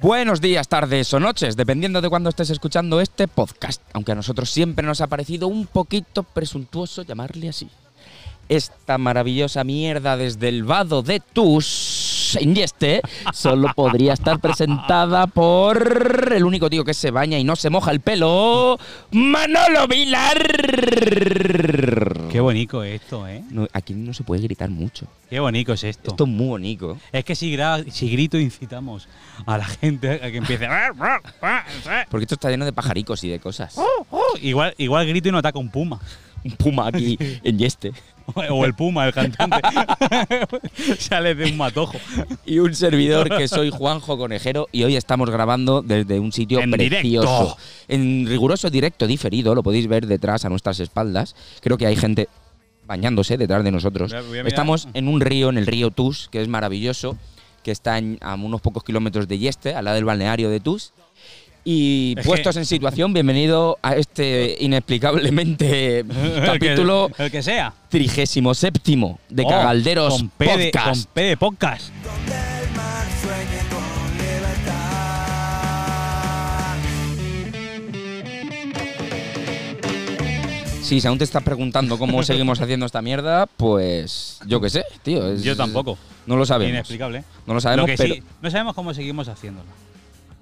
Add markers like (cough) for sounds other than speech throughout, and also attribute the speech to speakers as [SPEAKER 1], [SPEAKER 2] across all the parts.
[SPEAKER 1] Buenos días, tardes o noches, dependiendo de cuándo estés escuchando este podcast, aunque a nosotros siempre nos ha parecido un poquito presuntuoso llamarle así. Esta maravillosa mierda desde el vado de tus ingeste solo podría estar presentada por el único tío que se baña y no se moja el pelo, Manolo Vilar.
[SPEAKER 2] Qué bonito esto, ¿eh?
[SPEAKER 1] No, aquí no se puede gritar mucho.
[SPEAKER 2] Qué bonito es esto.
[SPEAKER 1] Esto es muy bonito.
[SPEAKER 2] Es que si, gra- si grito incitamos a la gente a que empiece. (laughs)
[SPEAKER 1] Porque esto está lleno de pajaricos y de cosas.
[SPEAKER 2] Oh, igual, igual grito y no ataca un puma. (laughs)
[SPEAKER 1] Un puma aquí en yeste.
[SPEAKER 2] O el puma, el cantante. (laughs) Sale de un matojo.
[SPEAKER 1] y un
[SPEAKER 2] (laughs)
[SPEAKER 1] servidor que soy Juanjo Conejero y hoy estamos grabando desde un sitio
[SPEAKER 2] En
[SPEAKER 1] precioso.
[SPEAKER 2] directo.
[SPEAKER 1] En riguroso directo diferido, lo podéis ver detrás a nuestras espaldas. Creo que hay gente bañándose detrás de nosotros.
[SPEAKER 2] Voy a- voy a mirar.
[SPEAKER 1] Estamos en un río, en el río Tus, que es maravilloso, que está en- a unos pocos kilómetros de Yeste, al lado del balneario de Tus. Y
[SPEAKER 2] Es que-
[SPEAKER 1] puestos en situación, bienvenido a
[SPEAKER 2] (laughs)
[SPEAKER 1] este inexplicablemente capítulo
[SPEAKER 2] El (laughs) que, el que sea.
[SPEAKER 1] trigésimo séptimo de
[SPEAKER 2] Oh,
[SPEAKER 1] Cagalderos
[SPEAKER 2] con P de-
[SPEAKER 1] Podcast.
[SPEAKER 2] con P de podcast.
[SPEAKER 3] Donde el mar sueñe con libertad.
[SPEAKER 1] Sí, si aún te estás preguntando
[SPEAKER 2] (laughs)
[SPEAKER 1] cómo seguimos haciendo esta mierda, pues yo qué sé, tío. es-
[SPEAKER 2] Yo tampoco.
[SPEAKER 1] No lo sabemos.
[SPEAKER 2] Inexplicable.
[SPEAKER 1] No lo sabemos,
[SPEAKER 2] Lo que
[SPEAKER 1] pero
[SPEAKER 2] sí- no sabemos cómo seguimos haciéndola.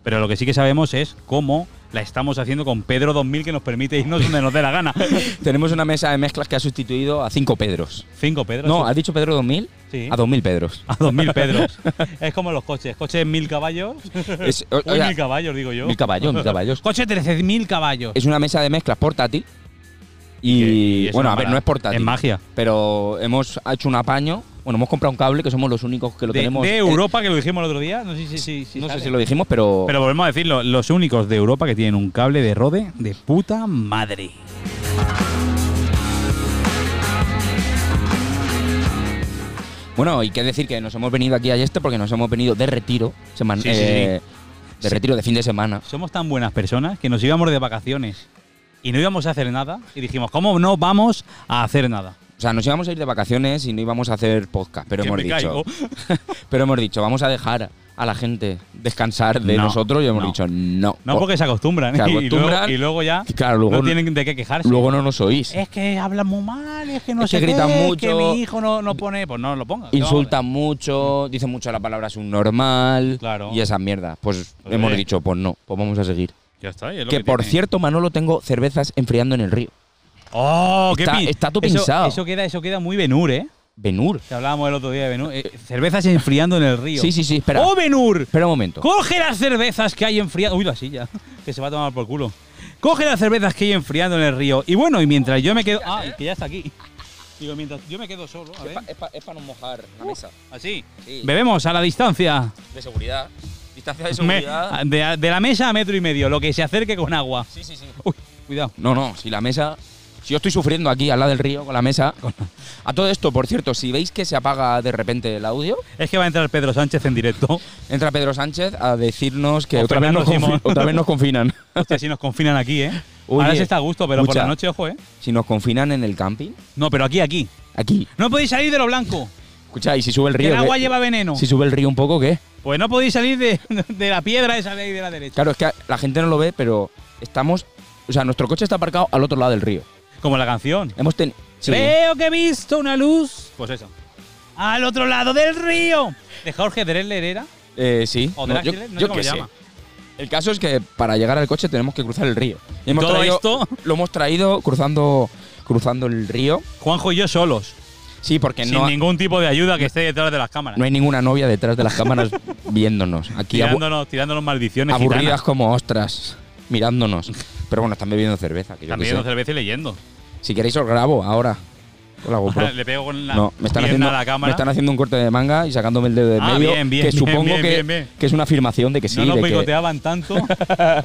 [SPEAKER 2] Pero lo que sí que sabemos es cómo la estamos haciendo con Pedro 2000 que nos permite irnos donde nos dé
[SPEAKER 1] (laughs)
[SPEAKER 2] la gana.
[SPEAKER 1] tenemos una mesa de mezclas que ha sustituido a cinco Pedros.
[SPEAKER 2] Cinco Pedros.
[SPEAKER 1] No, ¿has dicho Pedro 2000?
[SPEAKER 2] Sí.
[SPEAKER 1] (laughs) A 2000
[SPEAKER 2] (laughs)
[SPEAKER 1] Pedros.
[SPEAKER 2] A 2000 pedros. es como los coches. Coches 1000 caballos.
[SPEAKER 1] Es, o-
[SPEAKER 2] Uy,
[SPEAKER 1] oiga,
[SPEAKER 2] 1000 caballos, digo yo.
[SPEAKER 1] mil caballos, mil
[SPEAKER 2] (laughs)
[SPEAKER 1] caballos.
[SPEAKER 2] Coche 13.000 caballos.
[SPEAKER 1] Es una mesa de mezclas portátil.
[SPEAKER 2] Que-
[SPEAKER 1] Y,
[SPEAKER 2] es
[SPEAKER 1] bueno,
[SPEAKER 2] una
[SPEAKER 1] a ver,
[SPEAKER 2] mala-
[SPEAKER 1] no es portátil.
[SPEAKER 2] Es magia.
[SPEAKER 1] Pero hemos hecho un apaño. Bueno, hemos comprado un cable que somos los únicos que lo
[SPEAKER 2] de,
[SPEAKER 1] tenemos.
[SPEAKER 2] de
[SPEAKER 1] eh,
[SPEAKER 2] Europa, que lo dijimos el otro día. No sé si, si- si
[SPEAKER 1] no sé
[SPEAKER 2] sale.
[SPEAKER 1] si lo dijimos, pero.
[SPEAKER 2] Pero volvemos a decirlo. Los únicos de Europa que tienen un cable de rode de puta madre.
[SPEAKER 1] Bueno, y qué decir que nos hemos venido aquí a este porque nos hemos venido de retiro. seman-
[SPEAKER 2] Sí, sí, sí.
[SPEAKER 1] eh, De
[SPEAKER 2] Sí.
[SPEAKER 1] retiro de fin de semana.
[SPEAKER 2] Somos tan buenas personas que nos íbamos de vacaciones y no íbamos a hacer nada. Y dijimos, ¿cómo no vamos a hacer nada?
[SPEAKER 1] O sea, nos íbamos a ir de vacaciones y no íbamos a hacer podcast, pero
[SPEAKER 2] Que
[SPEAKER 1] hemos
[SPEAKER 2] me
[SPEAKER 1] dicho.
[SPEAKER 2] caigo.
[SPEAKER 1] (laughs) Pero hemos dicho, vamos a dejar a la gente descansar de
[SPEAKER 2] No,
[SPEAKER 1] nosotros y hemos
[SPEAKER 2] no.
[SPEAKER 1] dicho, no.
[SPEAKER 2] No, porque se acostumbran.
[SPEAKER 1] Pues, Se
[SPEAKER 2] (laughs) y-
[SPEAKER 1] acostumbran.
[SPEAKER 2] Y, luego, y luego ya
[SPEAKER 1] Claro, luego
[SPEAKER 2] no
[SPEAKER 1] no-
[SPEAKER 2] tienen de qué quejarse.
[SPEAKER 1] luego no nos oís.
[SPEAKER 2] es que hablan muy mal, es que no
[SPEAKER 1] Es
[SPEAKER 2] sé
[SPEAKER 1] que gritan
[SPEAKER 2] qué, es
[SPEAKER 1] mucho.
[SPEAKER 2] que mi hijo no, no pone, pues no lo ponga. ¿qué vamos a
[SPEAKER 1] Insultan mucho, dicen mucho la palabra subnormal
[SPEAKER 2] Claro.
[SPEAKER 1] y esas mierdas. Pues
[SPEAKER 2] Pues
[SPEAKER 1] hemos
[SPEAKER 2] oye.
[SPEAKER 1] dicho, pues no, pues vamos a seguir.
[SPEAKER 2] hacer? Ya está, y es lo
[SPEAKER 1] Que, por
[SPEAKER 2] tiene.
[SPEAKER 1] cierto, Manolo, tengo cervezas enfriando en el río.
[SPEAKER 2] ¡Oh, qué
[SPEAKER 1] Está-
[SPEAKER 2] pin-
[SPEAKER 1] está todo
[SPEAKER 2] eso-
[SPEAKER 1] pinzado.
[SPEAKER 2] Eso queda, eso queda muy Benur, ¿eh?
[SPEAKER 1] Benur.
[SPEAKER 2] Te hablábamos el otro día de Benur. Eh, cervezas enfriando en el río.
[SPEAKER 1] Sí, sí, sí, espera.
[SPEAKER 2] ¡Oh, Benur!
[SPEAKER 1] Espera un momento.
[SPEAKER 2] Coge las cervezas que hay enfriando. Uy, la silla, que se va a tomar por culo. Coge las cervezas que hay enfriando en el río. Y bueno, y mientras yo me quedo. Ah, que ya está aquí. Digo, mientras yo me quedo solo, a ver.
[SPEAKER 1] para no mojar
[SPEAKER 2] Uh.
[SPEAKER 1] la mesa.
[SPEAKER 2] Así.
[SPEAKER 1] Sí.
[SPEAKER 2] Bebemos a la distancia.
[SPEAKER 1] De seguridad. Distancia de
[SPEAKER 2] Me- de, de la mesa a metro y medio, lo que se acerque con agua.
[SPEAKER 1] Sí, sí, sí.
[SPEAKER 2] Uy, cuidado.
[SPEAKER 1] No, no, si la mesa. Si yo estoy sufriendo aquí al lado del río con la mesa. A todo esto, por cierto, si veis que se apaga de repente el audio,
[SPEAKER 2] Es que va a entrar Pedro Sánchez en directo.
[SPEAKER 1] entra Pedro Sánchez a decirnos que
[SPEAKER 2] O
[SPEAKER 1] otra vez, nos confi-
[SPEAKER 2] Fernando Simón.
[SPEAKER 1] otra vez nos confinan.
[SPEAKER 2] Hostia, si nos confinan aquí, ¿eh?
[SPEAKER 1] Oye,
[SPEAKER 2] Ahora se está a gusto, pero por
[SPEAKER 1] mucha.
[SPEAKER 2] la noche, ojo, ¿eh?
[SPEAKER 1] Si nos confinan en el camping,
[SPEAKER 2] No, pero aquí, aquí.
[SPEAKER 1] aquí.
[SPEAKER 2] No podéis salir de lo blanco.
[SPEAKER 1] Escucha, y si sube el
[SPEAKER 2] Que
[SPEAKER 1] río.
[SPEAKER 2] el agua
[SPEAKER 1] ¿qué?
[SPEAKER 2] lleva veneno.
[SPEAKER 1] Si sube el río un poco, ¿qué?
[SPEAKER 2] Pues no podéis salir de, de la piedra esa de ahí de la derecha.
[SPEAKER 1] Claro, es que la gente no lo ve, pero estamos. O sea, nuestro coche está aparcado al otro lado del río.
[SPEAKER 2] Como la canción.
[SPEAKER 1] Hemos tenido.
[SPEAKER 2] Creo que he visto una luz. Pues eso. Al otro lado del río. De Jorge Drexler era.
[SPEAKER 1] Eh, sí.
[SPEAKER 2] O
[SPEAKER 1] No, yo,
[SPEAKER 2] Drácula, no sé
[SPEAKER 1] yo
[SPEAKER 2] cómo
[SPEAKER 1] qué
[SPEAKER 2] se
[SPEAKER 1] sé.
[SPEAKER 2] llama.
[SPEAKER 1] El caso es que para llegar al coche tenemos que cruzar el río. Y hemos
[SPEAKER 2] Todo
[SPEAKER 1] traído-
[SPEAKER 2] esto-
[SPEAKER 1] Lo hemos traído cruzando, cruzando el río.
[SPEAKER 2] Juanjo y yo solos.
[SPEAKER 1] Sí, porque
[SPEAKER 2] sin
[SPEAKER 1] no, ha-
[SPEAKER 2] ningún tipo de ayuda que esté detrás de las cámaras.
[SPEAKER 1] no hay ninguna novia detrás de las
[SPEAKER 2] (laughs)
[SPEAKER 1] cámaras viéndonos. Aquí abu-
[SPEAKER 2] tirándonos, tirándonos maldiciones.
[SPEAKER 1] aburridas
[SPEAKER 2] gitanas.
[SPEAKER 1] como ostras, mirándonos. Pero bueno, están bebiendo cerveza. Que yo
[SPEAKER 2] Están
[SPEAKER 1] qué sé.
[SPEAKER 2] pidiendo cerveza
[SPEAKER 1] (laughs)
[SPEAKER 2] y leyendo.
[SPEAKER 1] Si queréis os grabo ahora. Con
[SPEAKER 2] (laughs)
[SPEAKER 1] la GoPro.
[SPEAKER 2] Le pego con la
[SPEAKER 1] No, me están, haciendo,
[SPEAKER 2] pierna a la
[SPEAKER 1] me
[SPEAKER 2] cámara.
[SPEAKER 1] están haciendo un corte de manga y sacándome el dedo de
[SPEAKER 2] Ah,
[SPEAKER 1] medio.
[SPEAKER 2] bien, bien,
[SPEAKER 1] que
[SPEAKER 2] bien,
[SPEAKER 1] supongo
[SPEAKER 2] bien,
[SPEAKER 1] que,
[SPEAKER 2] bien, bien.
[SPEAKER 1] que es una afirmación de que sí.
[SPEAKER 2] no nos
[SPEAKER 1] de que- (laughs)
[SPEAKER 2] boicoteaban tanto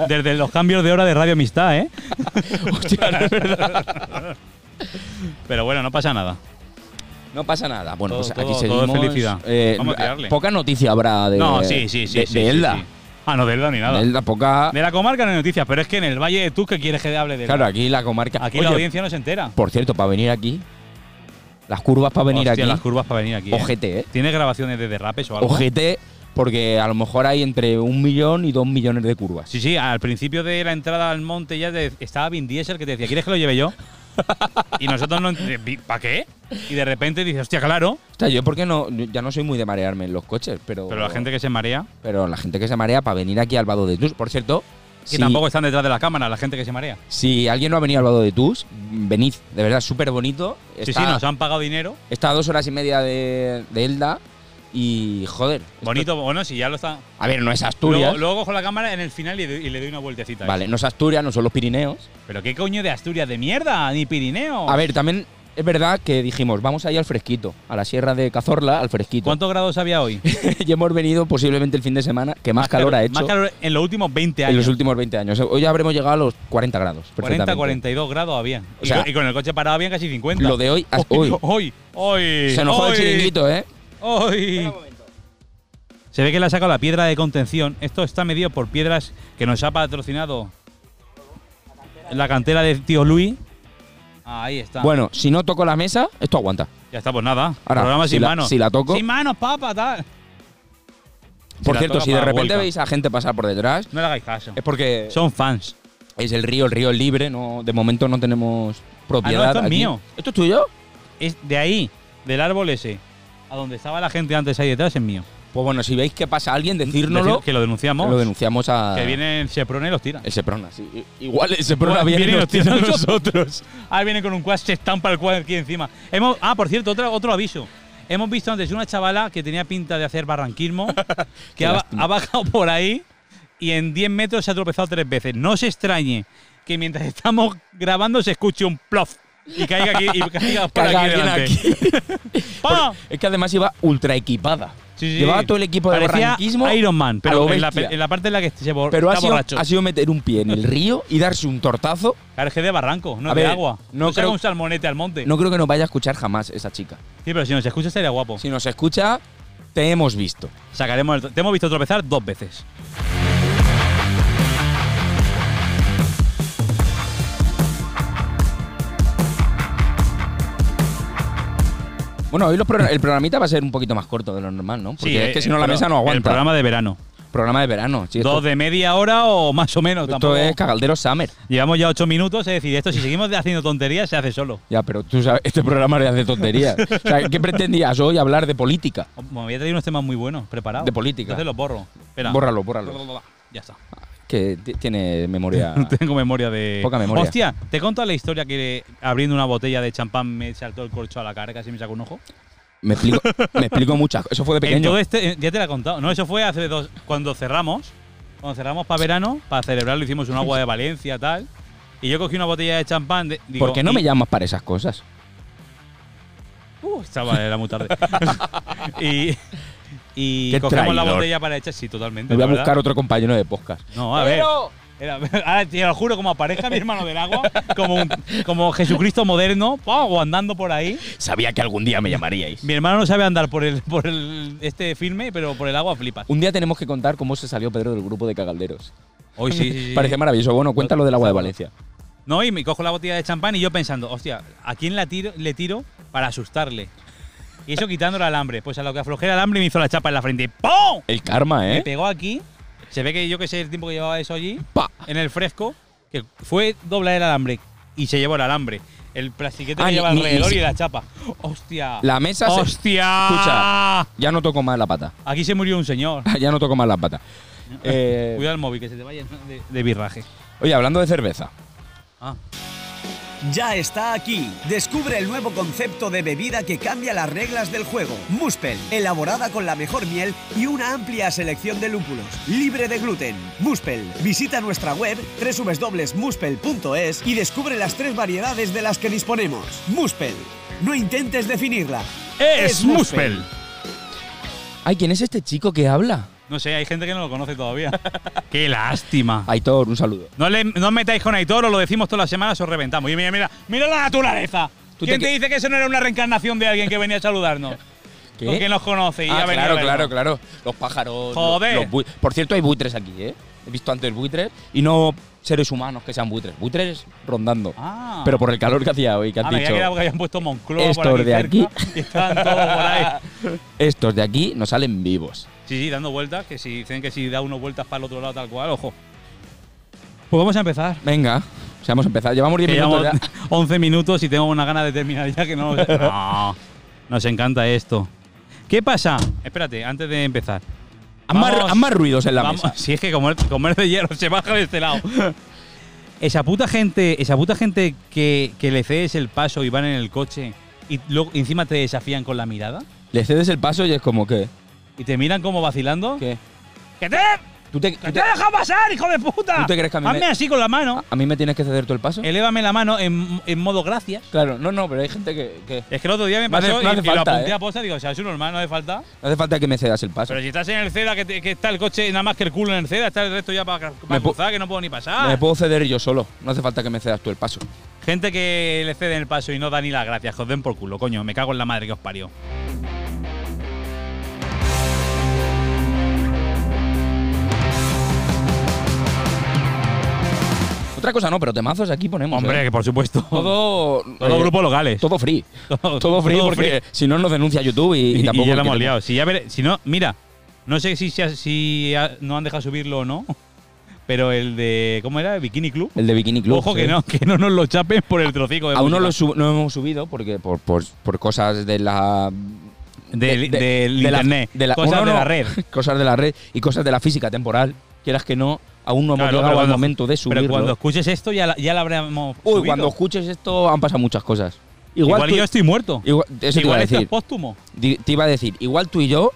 [SPEAKER 2] desde los cambios de hora de Radio Amistad, ¿eh?
[SPEAKER 1] Hostia, no es verdad.
[SPEAKER 2] Pero bueno, no pasa nada.
[SPEAKER 1] No pasa nada. Bueno,
[SPEAKER 2] Todo-
[SPEAKER 1] pues
[SPEAKER 2] todo-
[SPEAKER 1] aquí
[SPEAKER 2] todo
[SPEAKER 1] seguimos.
[SPEAKER 2] felicidad.
[SPEAKER 1] Eh,
[SPEAKER 2] Vamos a tirarle.
[SPEAKER 1] Poca noticia habrá de
[SPEAKER 2] no, sí, sí, sí.
[SPEAKER 1] de,
[SPEAKER 2] sí,
[SPEAKER 1] de
[SPEAKER 2] sí,
[SPEAKER 1] Elda.
[SPEAKER 2] sí. Ah, no, de Elda ni nada.
[SPEAKER 1] De Elda poca.
[SPEAKER 2] De la comarca no hay noticias, pero es que en el Valle de Tú que quieres que hable de Elda?
[SPEAKER 1] Claro, aquí la comarca.
[SPEAKER 2] Aquí
[SPEAKER 1] Oye,
[SPEAKER 2] la audiencia no se entera.
[SPEAKER 1] Por cierto, para venir aquí, las curvas para venir
[SPEAKER 2] Hostia,
[SPEAKER 1] aquí,
[SPEAKER 2] las curvas para venir aquí. eh.
[SPEAKER 1] OGT, ¿eh?
[SPEAKER 2] ¿Tienes grabaciones de derrapes o algo?
[SPEAKER 1] OGT, porque a lo mejor hay entre un millón y dos millones de curvas.
[SPEAKER 2] Sí, sí, al principio de la entrada al monte ya te- estaba Vin Diesel que te decía, ¿quieres que lo
[SPEAKER 1] (laughs)
[SPEAKER 2] lleve yo? y nosotros no ¿para qué? Y de repente dices, hostia, claro.
[SPEAKER 1] O sea, yo porque no, yo ya no soy muy de marearme en los coches, pero.
[SPEAKER 2] Pero la gente que se marea,
[SPEAKER 1] pero la gente que se marea para venir aquí al Vado de Tus. Por cierto,
[SPEAKER 2] que
[SPEAKER 1] si,
[SPEAKER 2] tampoco están detrás de la cámara, la gente que se marea.
[SPEAKER 1] si alguien no ha venido al Vado de Tus, venid. De verdad, súper bonito.
[SPEAKER 2] Sí,
[SPEAKER 1] Está,
[SPEAKER 2] sí, nos han pagado dinero.
[SPEAKER 1] está a dos horas y media de, de Elda y, joder. esto-
[SPEAKER 2] Bonito, bueno, si ya lo están.
[SPEAKER 1] a ver, no es Asturias.
[SPEAKER 2] Luego, luego cojo la cámara en el final y, doy- y le doy una vueltecita.
[SPEAKER 1] vale, no es Asturias, no son los Pirineos.
[SPEAKER 2] Pero qué coño de Asturias de mierda, ni Pirineo.
[SPEAKER 1] A ver, también es verdad que dijimos, vamos ahí al fresquito, a la sierra de Cazorla, al fresquito.
[SPEAKER 2] ¿Cuántos grados había hoy?
[SPEAKER 1] (laughs) y hemos venido posiblemente el fin de semana que más, calor ha hecho
[SPEAKER 2] Más calor en los últimos 20 años.
[SPEAKER 1] en los últimos 20 años. Hoy habremos llegado a los 40 grados.
[SPEAKER 2] 40,
[SPEAKER 1] perfectamente.
[SPEAKER 2] 42 grados había.
[SPEAKER 1] O
[SPEAKER 2] Y
[SPEAKER 1] sea,
[SPEAKER 2] co- y, con el coche parado habían casi 50.
[SPEAKER 1] Lo de hoy, as-
[SPEAKER 2] hoy,
[SPEAKER 1] uy,
[SPEAKER 2] hoy, hoy.
[SPEAKER 1] se nos jode el
[SPEAKER 2] hoy,
[SPEAKER 1] chiringuito, ¿eh?
[SPEAKER 2] hoy. Se ve que le ha sacado la piedra de contención. Esto está medido por piedras que nos ha patrocinado la cantera de tío Luis. Ah, Ahí está.
[SPEAKER 1] Bueno, si no toco la mesa, esto aguanta.
[SPEAKER 2] ya está, pues nada.
[SPEAKER 1] Ahora,
[SPEAKER 2] Programa
[SPEAKER 1] si
[SPEAKER 2] sin
[SPEAKER 1] la-
[SPEAKER 2] manos.
[SPEAKER 1] si la toco-
[SPEAKER 2] Sin manos, papa, tal.
[SPEAKER 1] Por
[SPEAKER 2] la
[SPEAKER 1] cierto,
[SPEAKER 2] toca
[SPEAKER 1] si de
[SPEAKER 2] para la
[SPEAKER 1] repente
[SPEAKER 2] vuelta.
[SPEAKER 1] veis a gente pasar por detrás,
[SPEAKER 2] No le hagáis caso.
[SPEAKER 1] es porque
[SPEAKER 2] Son fans.
[SPEAKER 1] es el río, el río es libre, no, de momento no tenemos propiedad.
[SPEAKER 2] Ah, esto es
[SPEAKER 1] aquí.
[SPEAKER 2] mío.
[SPEAKER 1] ¿Esto es tuyo?
[SPEAKER 2] Es de ahí, del árbol ese, a donde estaba la gente antes ahí detrás, es mío.
[SPEAKER 1] Pues bueno, si veis que pasa alguien, decírnoslo.
[SPEAKER 2] Decir que lo denunciamos.
[SPEAKER 1] Lo denunciamos a.
[SPEAKER 2] Que viene el Seprona y los tira.
[SPEAKER 1] El Seprona, sí. Igual el Seprona
[SPEAKER 2] Bueno,
[SPEAKER 1] viene,
[SPEAKER 2] viene
[SPEAKER 1] y nos tira a nosotros.
[SPEAKER 2] Ahora viene con un quad, se estampa el quad aquí encima. Hemos, ah, por cierto, otro, otro aviso. Hemos visto antes una chavala que tenía pinta de hacer barranquismo,
[SPEAKER 1] (laughs)
[SPEAKER 2] que
[SPEAKER 1] Qué
[SPEAKER 2] ha,
[SPEAKER 1] lástima.
[SPEAKER 2] ha bajado por ahí y en 10 metros se ha tropezado tres veces. No se extrañe que mientras estamos grabando se escuche un plof y caiga aquí y caiga por
[SPEAKER 1] Caga
[SPEAKER 2] aquí
[SPEAKER 1] alguien
[SPEAKER 2] delante.
[SPEAKER 1] aquí.
[SPEAKER 2] ¡Pam!
[SPEAKER 1] (laughs) Es que además iba ultra equipada.
[SPEAKER 2] Sí, sí.
[SPEAKER 1] Llevaba todo el equipo de
[SPEAKER 2] Parecía
[SPEAKER 1] barranquismo.
[SPEAKER 2] Iron
[SPEAKER 1] a
[SPEAKER 2] Man, pero
[SPEAKER 1] lo
[SPEAKER 2] en la,
[SPEAKER 1] bestia.
[SPEAKER 2] en la parte en la que se bor-
[SPEAKER 1] pero ha
[SPEAKER 2] está
[SPEAKER 1] sido,
[SPEAKER 2] borracho.
[SPEAKER 1] ha sido meter un pie en el río y darse un tortazo.
[SPEAKER 2] Claro, es que de barranco, no
[SPEAKER 1] A
[SPEAKER 2] de
[SPEAKER 1] ver,
[SPEAKER 2] agua.
[SPEAKER 1] no
[SPEAKER 2] No saca
[SPEAKER 1] creo-
[SPEAKER 2] un salmonete al monte.
[SPEAKER 1] No creo que nos vaya a escuchar jamás esa chica.
[SPEAKER 2] Sí, pero si nos escucha estaría guapo.
[SPEAKER 1] Si nos escucha, te hemos visto.
[SPEAKER 2] Sacaremos el- Te hemos visto tropezar dos veces.
[SPEAKER 1] Bueno, hoy los progra- el programita va a ser un poquito más corto de lo normal, ¿no? Porque
[SPEAKER 2] Sí,
[SPEAKER 1] es que
[SPEAKER 2] eh,
[SPEAKER 1] si no la
[SPEAKER 2] pero
[SPEAKER 1] mesa no
[SPEAKER 2] El
[SPEAKER 1] aguanta. Programa,
[SPEAKER 2] programa de verano.
[SPEAKER 1] de verano. sí, esto
[SPEAKER 2] Dos de media hora o más o menos.
[SPEAKER 1] esto
[SPEAKER 2] tampoco.
[SPEAKER 1] es Cagaldero Summer.
[SPEAKER 2] Llevamos ya ocho minutos, es decir, esto si seguimos haciendo tonterías se hace solo.
[SPEAKER 1] Ya, pero tú sabes, este programa es de
[SPEAKER 2] (laughs)
[SPEAKER 1] tonterías. o sea, ¿qué pretendías hoy hablar de política?
[SPEAKER 2] Me voy a traer unos temas muy buenos, preparados.
[SPEAKER 1] De política.
[SPEAKER 2] Entonces los borro. Espera.
[SPEAKER 1] Bórralo, bórralo.
[SPEAKER 2] Ya está. (laughs)
[SPEAKER 1] Que ti- tiene memoria.
[SPEAKER 2] Tengo memoria de.
[SPEAKER 1] Poca memoria.
[SPEAKER 2] Hostia, ¿te contas la historia que abriendo una botella de champán me saltó el corcho a la cara y casi me sacó un ojo?
[SPEAKER 1] me, explico, me explico muchas cosas. Eso fue de
[SPEAKER 2] En
[SPEAKER 1] pequeño.
[SPEAKER 2] todo este- eh, ya te la he contado. No, eso fue hace dos. Cuando cerramos, cuando cerramos para verano, para celebrarlo, hicimos un agua de Valencia, tal. Y yo cogí una botella de champán. De, digo,
[SPEAKER 1] ¿Por qué no
[SPEAKER 2] y-
[SPEAKER 1] me llamas para esas cosas?
[SPEAKER 2] Uh, chaval, era muy tarde. (laughs) y. Y
[SPEAKER 1] Qué
[SPEAKER 2] cogemos la
[SPEAKER 1] traidor.
[SPEAKER 2] botella para echar, sí, totalmente.
[SPEAKER 1] Me voy a
[SPEAKER 2] la verdad.
[SPEAKER 1] buscar otro compañero de podcast.
[SPEAKER 2] No, a ver. Era- (laughs) ahora te lo juro, como aparezca mi hermano del agua, como, un- como Jesucristo moderno, ¡pau! andando por ahí.
[SPEAKER 1] Sabía que algún día me llamaríais.
[SPEAKER 2] Mi hermano no sabe andar por el, por el este filme, pero por el agua flipas.
[SPEAKER 1] Un día tenemos que contar cómo se salió Pedro del grupo de cagalderos.
[SPEAKER 2] Hoy sí, sí, sí.
[SPEAKER 1] Parece maravilloso. Bueno, cuéntalo del agua de Valencia.
[SPEAKER 2] No, y me cojo la botella de champán y yo pensando, hostia, ¿a quién la tiro, le tiro para asustarle? Y eso quitando el alambre. Pues a lo que aflojé el alambre me hizo la chapa en la frente. ¡Pum!
[SPEAKER 1] El karma,
[SPEAKER 2] Me
[SPEAKER 1] ¿eh?
[SPEAKER 2] pegó aquí. Se ve que yo que sé el tiempo que llevaba eso allí,
[SPEAKER 1] Pa.
[SPEAKER 2] en el fresco, que fue doblar el alambre y se llevó el alambre. El plastiquete
[SPEAKER 1] Ah,
[SPEAKER 2] que
[SPEAKER 1] ni-
[SPEAKER 2] lleva
[SPEAKER 1] ni- ni
[SPEAKER 2] alrededor y
[SPEAKER 1] si-
[SPEAKER 2] la chapa. ¡Hostia!
[SPEAKER 1] La mesa se-
[SPEAKER 2] ¡Hostia!
[SPEAKER 1] Escucha. Ya no toco más la pata. (laughs)
[SPEAKER 2] Aquí se murió un señor.
[SPEAKER 1] ya no toco más la pata. Eh,
[SPEAKER 2] Cuidado el móvil, que se te vaya de, de birraje.
[SPEAKER 1] oye, hablando de cerveza.
[SPEAKER 2] Ah.
[SPEAKER 4] Ya está aquí. Descubre el nuevo concepto de bebida que cambia las reglas del juego. Muspel, elaborada con la mejor miel y una amplia selección de lúpulos, libre de gluten. Muspel, visita nuestra web www.muspel.es y descubre las tres variedades de las que disponemos. Muspel, no intentes definirla.
[SPEAKER 2] ¡Es Muspel!
[SPEAKER 1] Ay, ¿quién es este chico que habla?
[SPEAKER 2] No sé, hay gente que no lo
[SPEAKER 1] (laughs)
[SPEAKER 2] conoce todavía. Qué lástima.
[SPEAKER 1] Aitor, un saludo.
[SPEAKER 2] No, le, no os metáis con Aitor, os lo decimos todas las semanas, os reventamos. Y mira, mira, mira la naturaleza.
[SPEAKER 1] Tú
[SPEAKER 2] ¿Quién
[SPEAKER 1] te
[SPEAKER 2] te,
[SPEAKER 1] que-
[SPEAKER 2] dice que eso no era una reencarnación de alguien que venía a saludarnos?
[SPEAKER 1] ¿Qué?
[SPEAKER 2] Porque nos conoce y
[SPEAKER 1] Ah,
[SPEAKER 2] ha venido
[SPEAKER 1] claro,
[SPEAKER 2] a vernos.
[SPEAKER 1] claro, claro. Los pájaros.
[SPEAKER 2] Joder.
[SPEAKER 1] los- los bui- Por cierto, hay buitres aquí, ¿eh? He visto antes buitres y no seres humanos que sean buitres. Buitres rondando.
[SPEAKER 2] Ah.
[SPEAKER 1] Pero por el calor que hacía hoy, que has
[SPEAKER 2] Ah, me
[SPEAKER 1] dicho.
[SPEAKER 2] había quedado que habían puesto Moncloa por
[SPEAKER 1] estos
[SPEAKER 2] aquí
[SPEAKER 1] de
[SPEAKER 2] cerca
[SPEAKER 1] aquí.
[SPEAKER 2] (laughs) y estaban todos por
[SPEAKER 1] (laughs)
[SPEAKER 2] ahí.
[SPEAKER 1] Estos de aquí no salen vivos.
[SPEAKER 2] Sí, sí, dando vueltas, que si dicen que si da unas vueltas para el otro lado tal cual, ojo. Pues vamos a empezar.
[SPEAKER 1] Venga, o sea, hemos empezado. Llevamos 10
[SPEAKER 2] Que
[SPEAKER 1] minutos
[SPEAKER 2] llevamos (laughs)
[SPEAKER 1] ya.
[SPEAKER 2] 11 minutos y tengo una gana de terminar ya
[SPEAKER 1] (laughs)
[SPEAKER 2] que no, no nos encanta esto. ¿Qué pasa? Espérate, antes de empezar.
[SPEAKER 1] Haz más,
[SPEAKER 2] Vamos.
[SPEAKER 1] haz más ruidos en la
[SPEAKER 2] Vamos-
[SPEAKER 1] mesa.
[SPEAKER 2] (laughs) Si es que como el, como el de hierro se baja de
[SPEAKER 1] (laughs)
[SPEAKER 2] este lado. Esa puta gente, esa puta gente que, que le cedes el paso y van en el coche y luego encima te desafían con la mirada
[SPEAKER 1] Le cedes el paso y es como que.
[SPEAKER 2] y te miran como vacilando.
[SPEAKER 1] ¿Qué?
[SPEAKER 2] ¡Que te,
[SPEAKER 1] ¿Tú te,
[SPEAKER 2] que
[SPEAKER 1] tú
[SPEAKER 2] te
[SPEAKER 1] te-
[SPEAKER 2] he dejado pasar, hijo de puta!
[SPEAKER 1] ¿Tú te crees que a mí me- Ah.
[SPEAKER 2] Hazme así con la mano.
[SPEAKER 1] ¿A mí me tienes que ceder tú el paso?
[SPEAKER 2] Elévame la mano en, en modo gracias.
[SPEAKER 1] Eh, Claro, no, no, pero hay gente que, que-
[SPEAKER 2] Es que el otro día me
[SPEAKER 1] No hace-
[SPEAKER 2] pasó
[SPEAKER 1] no hace
[SPEAKER 2] y, y lo
[SPEAKER 1] falta,
[SPEAKER 2] apunté
[SPEAKER 1] ¿eh?
[SPEAKER 2] a posta digo, o sea, es un normal, no hace falta.
[SPEAKER 1] No hace falta que me cedas el paso.
[SPEAKER 2] Pero si estás en el CEDA, que, te- que está el coche nada más que el culo en el CEDA, está el resto ya para,
[SPEAKER 1] Me
[SPEAKER 2] para
[SPEAKER 1] pu-
[SPEAKER 2] cruzar, que no puedo ni pasar.
[SPEAKER 1] Me puedo ceder yo solo. No hace falta que me cedas tú el paso.
[SPEAKER 2] Gente que le ceden el paso y no da ni las gracias, que os den por culo, coño, me cago en la madre que os parió.
[SPEAKER 1] Otra cosa no, pero temazos aquí ponemos.
[SPEAKER 2] Hombre,
[SPEAKER 1] ¿eh?
[SPEAKER 2] que por supuesto.
[SPEAKER 1] todo.
[SPEAKER 2] Todos
[SPEAKER 1] eh,
[SPEAKER 2] grupos locales.
[SPEAKER 1] Todo free.
[SPEAKER 2] Todo-
[SPEAKER 1] Todo free
[SPEAKER 2] todo
[SPEAKER 1] porque si no nos denuncia YouTube y, y
[SPEAKER 2] (laughs) y,
[SPEAKER 1] tampoco.
[SPEAKER 2] ya lo hemos
[SPEAKER 1] queremos.
[SPEAKER 2] liado. Si, ya vere- si no, mira, no sé si, si, ha- si ha- no han dejado subirlo o no, (laughs) pero el de. ¿Cómo era? Bikini Club.
[SPEAKER 1] El de Bikini Club.
[SPEAKER 2] Ojo
[SPEAKER 1] sí.
[SPEAKER 2] que no, que no nos lo chapen por el trocico de
[SPEAKER 1] Aún no
[SPEAKER 2] música.
[SPEAKER 1] lo, sub- no hemos subido porque por, por, por cosas de la.
[SPEAKER 2] Del- del
[SPEAKER 1] la-
[SPEAKER 2] internet. Cosas
[SPEAKER 1] uno
[SPEAKER 2] de la red.
[SPEAKER 1] (laughs) Cosas de la red y cosas de la física temporal. Quieras que no, aún no hemos
[SPEAKER 2] Claro,
[SPEAKER 1] llegado
[SPEAKER 2] pero
[SPEAKER 1] al
[SPEAKER 2] cuando-
[SPEAKER 1] momento de subirlo.
[SPEAKER 2] Pero cuando escuches esto ya, la- ya lo habremos.
[SPEAKER 1] Uy,
[SPEAKER 2] subido.
[SPEAKER 1] cuando escuches esto han pasado muchas cosas.
[SPEAKER 2] Igual,
[SPEAKER 1] tú-
[SPEAKER 2] yo estoy muerto.
[SPEAKER 1] igual- eso te iba
[SPEAKER 2] Igual
[SPEAKER 1] a
[SPEAKER 2] esto
[SPEAKER 1] decir.
[SPEAKER 2] es póstumo.
[SPEAKER 1] Di- Te iba a decir, igual tú y yo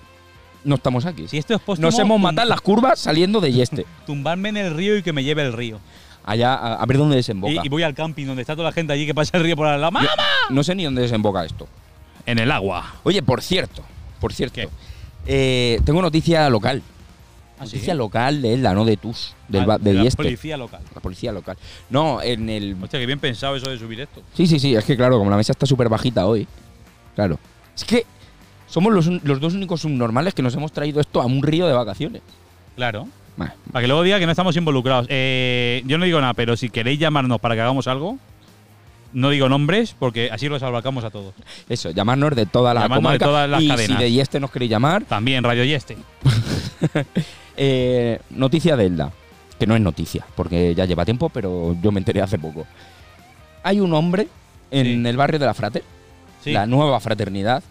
[SPEAKER 1] no estamos aquí.
[SPEAKER 2] Si esto es póstumo.
[SPEAKER 1] Nos hemos
[SPEAKER 2] tum-
[SPEAKER 1] matado en las curvas saliendo de Yeste. (laughs)
[SPEAKER 2] Tumbarme en el río y que me lleve el río.
[SPEAKER 1] Allá, a, a ver dónde
[SPEAKER 2] Y,
[SPEAKER 1] desemboca.
[SPEAKER 2] y voy al camping donde está toda la gente allí que pasa el río por al lado. ¡Mamá!
[SPEAKER 1] No sé ni dónde desemboca esto.
[SPEAKER 2] En el agua.
[SPEAKER 1] Oye, por cierto, por cierto,
[SPEAKER 2] ¿Qué?
[SPEAKER 1] eh, tengo noticia local.
[SPEAKER 2] Ah,
[SPEAKER 1] noticia local de la no de Tus, del, este. ba- de
[SPEAKER 2] la
[SPEAKER 1] Yeste.
[SPEAKER 2] policía local.
[SPEAKER 1] La policía local. No, en el.
[SPEAKER 2] Hostia, que bien pensado eso de subir esto.
[SPEAKER 1] Sí, sí, sí, es que claro, como la mesa está súper bajita hoy. Claro. Es que somos los, un- los dos únicos subnormales que nos hemos traído esto a un río de vacaciones.
[SPEAKER 2] Claro.
[SPEAKER 1] Bah,
[SPEAKER 2] Para que luego diga que no estamos involucrados. Eh, yo no digo nada, pero si queréis llamarnos para que hagamos algo, no digo nombres porque así los abarcamos a todos.
[SPEAKER 1] Eso, llamarnos de toda la
[SPEAKER 2] Llamadnos de
[SPEAKER 1] comarca.
[SPEAKER 2] todas las
[SPEAKER 1] y
[SPEAKER 2] cadenas.
[SPEAKER 1] si de Yeste nos queréis llamar,
[SPEAKER 2] También Radio Yeste.
[SPEAKER 1] Eh, noticia de Elda, que no es noticia, porque ya lleva tiempo, pero yo me enteré hace poco. Hay un hombre en
[SPEAKER 2] Sí.
[SPEAKER 1] el barrio de la Frater, la nueva fraternidad,